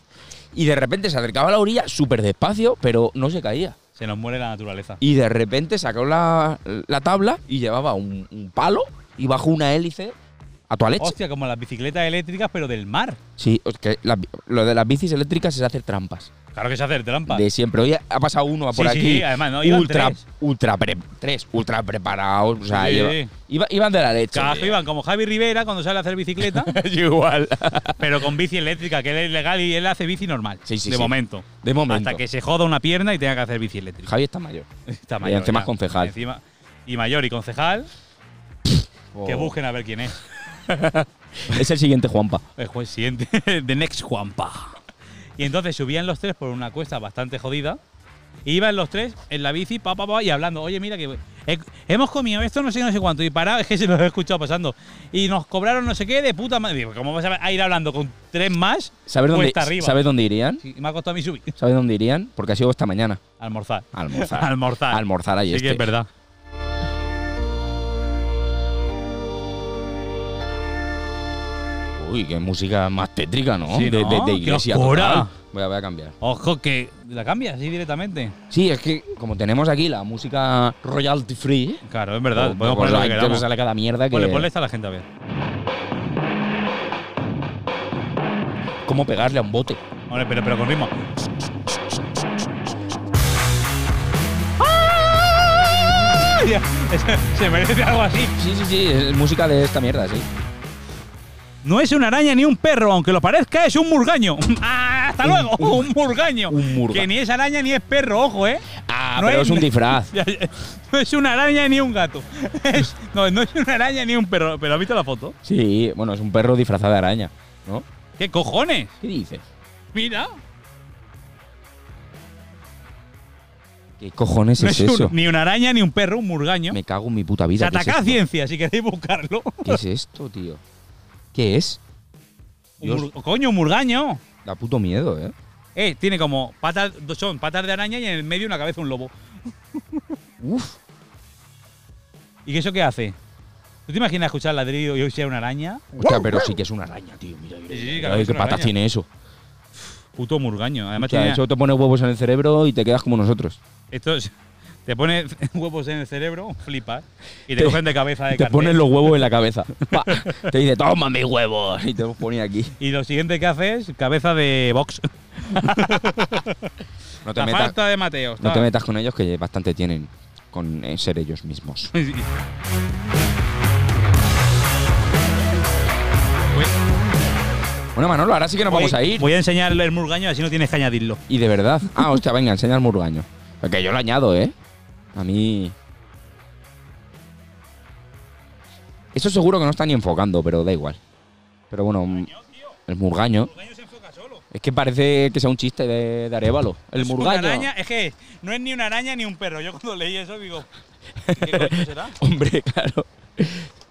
[SPEAKER 1] Y de repente se acercaba a la orilla súper despacio, pero no se caía.
[SPEAKER 2] Se nos muere la naturaleza.
[SPEAKER 1] Y de repente sacó la, la tabla y llevaba un, un palo y bajo una hélice a tu leche.
[SPEAKER 2] Hostia, como las bicicletas eléctricas, pero del mar.
[SPEAKER 1] Sí, es que la- lo de las bicis eléctricas es hacer trampas.
[SPEAKER 2] Claro que se hace trampa.
[SPEAKER 1] De siempre. Hoy ha pasado uno a por
[SPEAKER 2] Sí, sí,
[SPEAKER 1] aquí.
[SPEAKER 2] sí, además, no, iban
[SPEAKER 1] ultra,
[SPEAKER 2] tres.
[SPEAKER 1] ultra pre- tres, ultra preparados. O sea,
[SPEAKER 2] Sí,
[SPEAKER 1] iba-
[SPEAKER 2] sí.
[SPEAKER 1] iba- iban de la leche.
[SPEAKER 2] Cagazo iban como Javi Rivera cuando sale a hacer
[SPEAKER 1] (laughs)
[SPEAKER 2] bicicleta,
[SPEAKER 1] Igual.
[SPEAKER 2] pero con bici eléctrica, que él es legal y él hace bici normal.
[SPEAKER 1] Sí, sí,
[SPEAKER 2] de
[SPEAKER 1] sí.
[SPEAKER 2] momento.
[SPEAKER 1] De momento.
[SPEAKER 2] Hasta que se joda una pierna y tenga que hacer bici eléctrica.
[SPEAKER 1] Javi está mayor.
[SPEAKER 2] Está
[SPEAKER 1] Y
[SPEAKER 2] mayor.
[SPEAKER 1] encima
[SPEAKER 2] ya.
[SPEAKER 1] es concejal.
[SPEAKER 2] Encima- y mayor y concejal, (laughs) que
[SPEAKER 1] Oh.
[SPEAKER 2] busquen a ver quién es.
[SPEAKER 1] Es el siguiente Juanpa.
[SPEAKER 2] El juez siguiente, (laughs) The Next Juanpa. Y entonces subían los tres por una cuesta bastante jodida. Y iban los tres en la bici, pa, pa, pa, y hablando. Oye, mira que he- hemos comido esto, no sé, qué, no sé cuánto. Y parado, (laughs) es que se los he escuchado pasando. Y nos cobraron no sé qué de puta madre. Digo, ¿cómo vas a a ir hablando con tres más?
[SPEAKER 1] ¿Sabes dónde,
[SPEAKER 2] cuesta arriba.
[SPEAKER 1] ¿Sabes dónde irían?
[SPEAKER 2] Sí, me ha costado a mí subir. (laughs)
[SPEAKER 1] ¿Sabes dónde irían? Porque ha sido esta mañana.
[SPEAKER 2] Almorzar.
[SPEAKER 1] Almorzar.
[SPEAKER 2] (laughs) Almorzar.
[SPEAKER 1] Almorzar ahí
[SPEAKER 2] Sí que
[SPEAKER 1] este.
[SPEAKER 2] es verdad.
[SPEAKER 1] Uy, qué música más tétrica, ¿no?
[SPEAKER 2] Sí,
[SPEAKER 1] de,
[SPEAKER 2] ¿no?
[SPEAKER 1] de- de
[SPEAKER 2] Qué
[SPEAKER 1] iglesia.
[SPEAKER 2] oscura.
[SPEAKER 1] total. Voy a, voy a cambiar.
[SPEAKER 2] Ojo, que la cambias así directamente.
[SPEAKER 1] Sí, es que como tenemos aquí la música royalty free.
[SPEAKER 2] Claro, es verdad.
[SPEAKER 1] pues,
[SPEAKER 2] Podemos
[SPEAKER 1] pues,
[SPEAKER 2] poner lo que
[SPEAKER 1] ahí te
[SPEAKER 2] queramos.
[SPEAKER 1] sale cada mierda que.
[SPEAKER 2] Ponle, ponle esta a la gente a ver.
[SPEAKER 1] ¿Cómo pegarle a un bote?
[SPEAKER 2] Hombre, pero, pero con ritmo. Ya, Se merece algo así.
[SPEAKER 1] Sí, sí, sí, es música de esta mierda, sí.
[SPEAKER 2] No es una araña ni un perro, aunque lo parezca, es un murgaño. (laughs) Ah, ¡Hasta luego! Un, murgaño.
[SPEAKER 1] un murga-
[SPEAKER 2] Que ni es araña ni es perro, ojo, ¿eh?
[SPEAKER 1] Ah,
[SPEAKER 2] No
[SPEAKER 1] pero
[SPEAKER 2] es-
[SPEAKER 1] es un disfraz.
[SPEAKER 2] Ya, ya. No es una araña ni un gato. (laughs) Es- no, no es una araña ni un perro. ¿Pero has visto la foto?
[SPEAKER 1] Sí, bueno, es un perro disfrazado de araña. ¿No?
[SPEAKER 2] ¿Qué cojones?
[SPEAKER 1] ¿Qué dices?
[SPEAKER 2] Mira.
[SPEAKER 1] ¿Qué cojones
[SPEAKER 2] No
[SPEAKER 1] es,
[SPEAKER 2] es un-
[SPEAKER 1] eso?
[SPEAKER 2] ni una araña, ni un perro, un murgaño.
[SPEAKER 1] Me cago en mi puta vida.
[SPEAKER 2] Se
[SPEAKER 1] ¿qué es
[SPEAKER 2] ataca a
[SPEAKER 1] esto?
[SPEAKER 2] ciencia, si queréis buscarlo.
[SPEAKER 1] ¿Qué es esto, tío? ¿Qué es?
[SPEAKER 2] Un
[SPEAKER 1] Dios.
[SPEAKER 2] mur- coño, un murgaño.
[SPEAKER 1] Da puto miedo, ¿eh?
[SPEAKER 2] Eh, tiene como patas, son patas de araña y en el medio una cabeza de un lobo.
[SPEAKER 1] Uf.
[SPEAKER 2] ¿Y eso qué hace? ¿Tú te imaginas escuchar ladrillo y hoy sea una araña?
[SPEAKER 1] Hostia, pero sí que es una araña, tío. Mira, mira,
[SPEAKER 2] Sí, sí,
[SPEAKER 1] mira,
[SPEAKER 2] claro,
[SPEAKER 1] ay,
[SPEAKER 2] es
[SPEAKER 1] qué
[SPEAKER 2] una
[SPEAKER 1] patas
[SPEAKER 2] araña.
[SPEAKER 1] tiene eso.
[SPEAKER 2] Puto murgaño. Además,
[SPEAKER 1] Que
[SPEAKER 2] tiene-
[SPEAKER 1] eso te pone huevos en el cerebro y te quedas como nosotros.
[SPEAKER 2] esto es- te pone (laughs) huevos en el cerebro, flipas, y te,
[SPEAKER 1] Te-
[SPEAKER 2] cogen de cabeza Ah, de
[SPEAKER 1] te
[SPEAKER 2] cartel.
[SPEAKER 1] pones los huevos en la
[SPEAKER 2] (laughs)
[SPEAKER 1] cabeza. Pa. te dice, toma mis huevos. Y te los pone aquí.
[SPEAKER 2] Y lo siguiente que haces, cabeza de box.
[SPEAKER 1] No te,
[SPEAKER 2] La
[SPEAKER 1] metas,
[SPEAKER 2] falta de Mateos.
[SPEAKER 1] no te
[SPEAKER 2] tal.
[SPEAKER 1] metas con ellos, que bastante tienen con eh, ser ellos mismos.
[SPEAKER 2] (laughs) Sí. Voy-
[SPEAKER 1] Bueno, Manolo, ahora sí que nos
[SPEAKER 2] voy-
[SPEAKER 1] vamos a ir.
[SPEAKER 2] Voy a enseñar el murgaño, así no tienes que añadirlo.
[SPEAKER 1] Y de verdad. Ah, hostia, venga, enseña el murgaño. Porque yo lo añado, ¿eh? A mí. Eso seguro que no está ni enfocando, pero da igual. Pero bueno, mm, el murgaño.
[SPEAKER 2] murgaño se enfoca solo.
[SPEAKER 1] Es que parece que sea un chiste de, de Arevalo. El
[SPEAKER 2] Es una
[SPEAKER 1] murgaño.
[SPEAKER 2] araña, es que no es ni una araña ni un perro. Yo cuando leí eso digo, ¿qué coño será?
[SPEAKER 1] (laughs) Hombre, claro.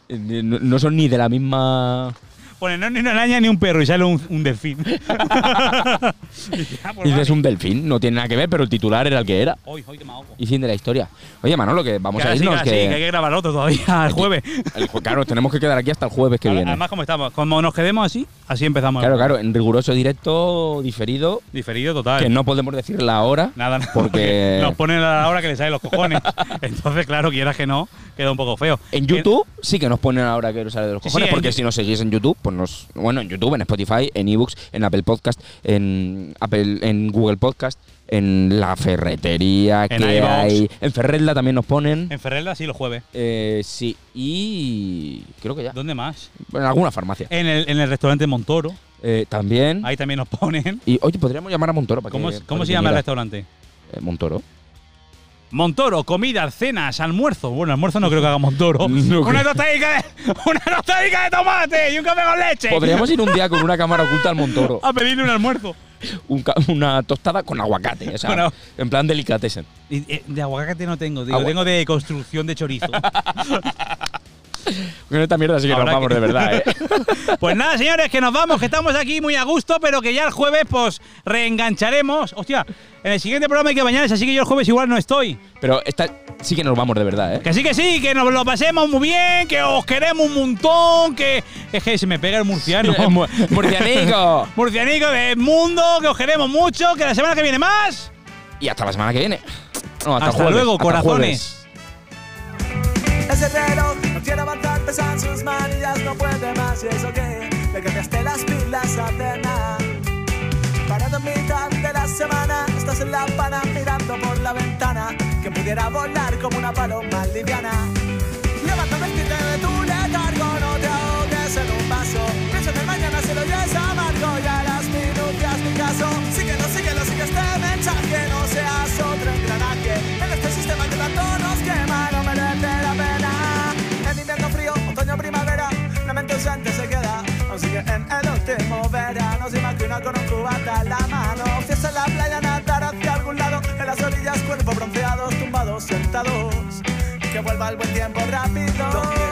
[SPEAKER 1] Eh, No no son ni de la misma.
[SPEAKER 2] Pone, no es ni una araña ni un perro y sale un, un (laughs) delfín. Y dice, ah, pues
[SPEAKER 1] Y dices
[SPEAKER 2] vale.
[SPEAKER 1] un delfín, no tiene nada que ver, pero el titular era el que era.
[SPEAKER 2] Hoy, hoy que me ahogo.
[SPEAKER 1] Y fin de la historia. Oye, Manolo, que vamos
[SPEAKER 2] Que
[SPEAKER 1] a
[SPEAKER 2] ahora sí,
[SPEAKER 1] irnos.
[SPEAKER 2] ahora sí, que... hay que grabar otro todavía, el jueves.
[SPEAKER 1] el jue- claro, tenemos que quedar aquí hasta el jueves que
[SPEAKER 2] Ahora,
[SPEAKER 1] viene.
[SPEAKER 2] Además, como estamos, como nos quedemos así, así empezamos.
[SPEAKER 1] Claro, claro, en riguroso directo, diferido,
[SPEAKER 2] Diferido total.
[SPEAKER 1] que no podemos decir la hora.
[SPEAKER 2] Nada, nada, (laughs)
[SPEAKER 1] Porque-
[SPEAKER 2] nos ponen a la hora que les sale los cojones. (laughs) Entonces, claro, quieras que no, queda un poco feo.
[SPEAKER 1] En YouTube sí que nos ponen ahora que nos sale de los
[SPEAKER 2] Sí,
[SPEAKER 1] cojones,
[SPEAKER 2] sí, en
[SPEAKER 1] porque
[SPEAKER 2] Yu-
[SPEAKER 1] si nos seguís en YouTube, pues nos. Bueno, en YouTube, en Spotify, en ebooks, en Apple Podcast, en Apple, en Google Podcast, en la ferretería
[SPEAKER 2] En
[SPEAKER 1] que
[SPEAKER 2] iVoox.
[SPEAKER 1] hay. En Ferretla también nos ponen.
[SPEAKER 2] En Ferrella sí los jueves.
[SPEAKER 1] Eh, sí, y. Creo que ya.
[SPEAKER 2] ¿Dónde más?
[SPEAKER 1] En alguna farmacia.
[SPEAKER 2] En el, en el restaurante Montoro.
[SPEAKER 1] Eh, también.
[SPEAKER 2] Ahí también nos ponen.
[SPEAKER 1] Y oye, podríamos llamar a Montoro para
[SPEAKER 2] ¿Cómo,
[SPEAKER 1] que.
[SPEAKER 2] es- cómo
[SPEAKER 1] para
[SPEAKER 2] se
[SPEAKER 1] que
[SPEAKER 2] llama el
[SPEAKER 1] viniera.
[SPEAKER 2] restaurante?
[SPEAKER 1] Eh, Montoro.
[SPEAKER 2] Montoro, comida, cenas, almuerzo. Bueno, almuerzo no creo que haga Montoro.
[SPEAKER 1] (laughs) No
[SPEAKER 2] una, tostadica de, una tostadica de tomate y un café con leche.
[SPEAKER 1] Podríamos ir un día con una cámara oculta al Montoro.
[SPEAKER 2] a pedirle un almuerzo.
[SPEAKER 1] un ca- una tostada con aguacate. O sea,
[SPEAKER 2] Bueno.
[SPEAKER 1] en plan delicatessen.
[SPEAKER 2] Y, eh, De aguacate no tengo, digo,
[SPEAKER 1] Agua-
[SPEAKER 2] tengo de construcción de chorizo. (laughs)
[SPEAKER 1] Con esta mierda sí que
[SPEAKER 2] Habrá
[SPEAKER 1] nos vamos
[SPEAKER 2] que-
[SPEAKER 1] de verdad,
[SPEAKER 2] (laughs)
[SPEAKER 1] ¿eh?
[SPEAKER 2] Pues nada, señores, que nos vamos, que estamos aquí muy a gusto, pero que ya el jueves pues reengancharemos. Hostia, en el siguiente programa hay que bañarse, así que yo el jueves igual no estoy.
[SPEAKER 1] Pero esta sí que nos vamos de verdad, ¿eh?
[SPEAKER 2] Que sí, que sí, que nos lo pasemos muy bien, que os queremos un montón, que es que se me pega el murciano.
[SPEAKER 1] Eh,
[SPEAKER 2] (laughs)
[SPEAKER 1] (laughs) mu- ¡Murcianico!
[SPEAKER 2] Murcianico del mundo, que os queremos mucho, que la semana que viene más.
[SPEAKER 1] y hasta la semana que viene. No, hasta,
[SPEAKER 2] Hasta
[SPEAKER 1] jueves,
[SPEAKER 2] luego,
[SPEAKER 1] hasta
[SPEAKER 2] corazones.
[SPEAKER 1] jueves.
[SPEAKER 3] Ese reloj no quiere avanzar, pesan sus manillas, no puede más. Y eso que le cambiaste las pilas a Tena. Parado en mitad de la semana, estás en La Habana mirando por la ventana. Que pudiera volar como una paloma liviana. Levanta vestite de tu letargo, no te ahogues en un vaso. Piensa en el mañana si lo oyes amargo y a las minucias mi caso. Síguelo, síguelo, sigue este mensaje, no seas otro engranaje. En este sistema que tanto nos quema, no merece la pena. En invierno frío, otoño, primavera, la mente ausente se queda. Aún sigue en el último verano, se imagina con un cubata en la mano. Fiesta en la playa, nadar hacia algún lado. En las orillas, cuerpo bronceados, tumbados, sentados. Que vuelva el buen tiempo rápido.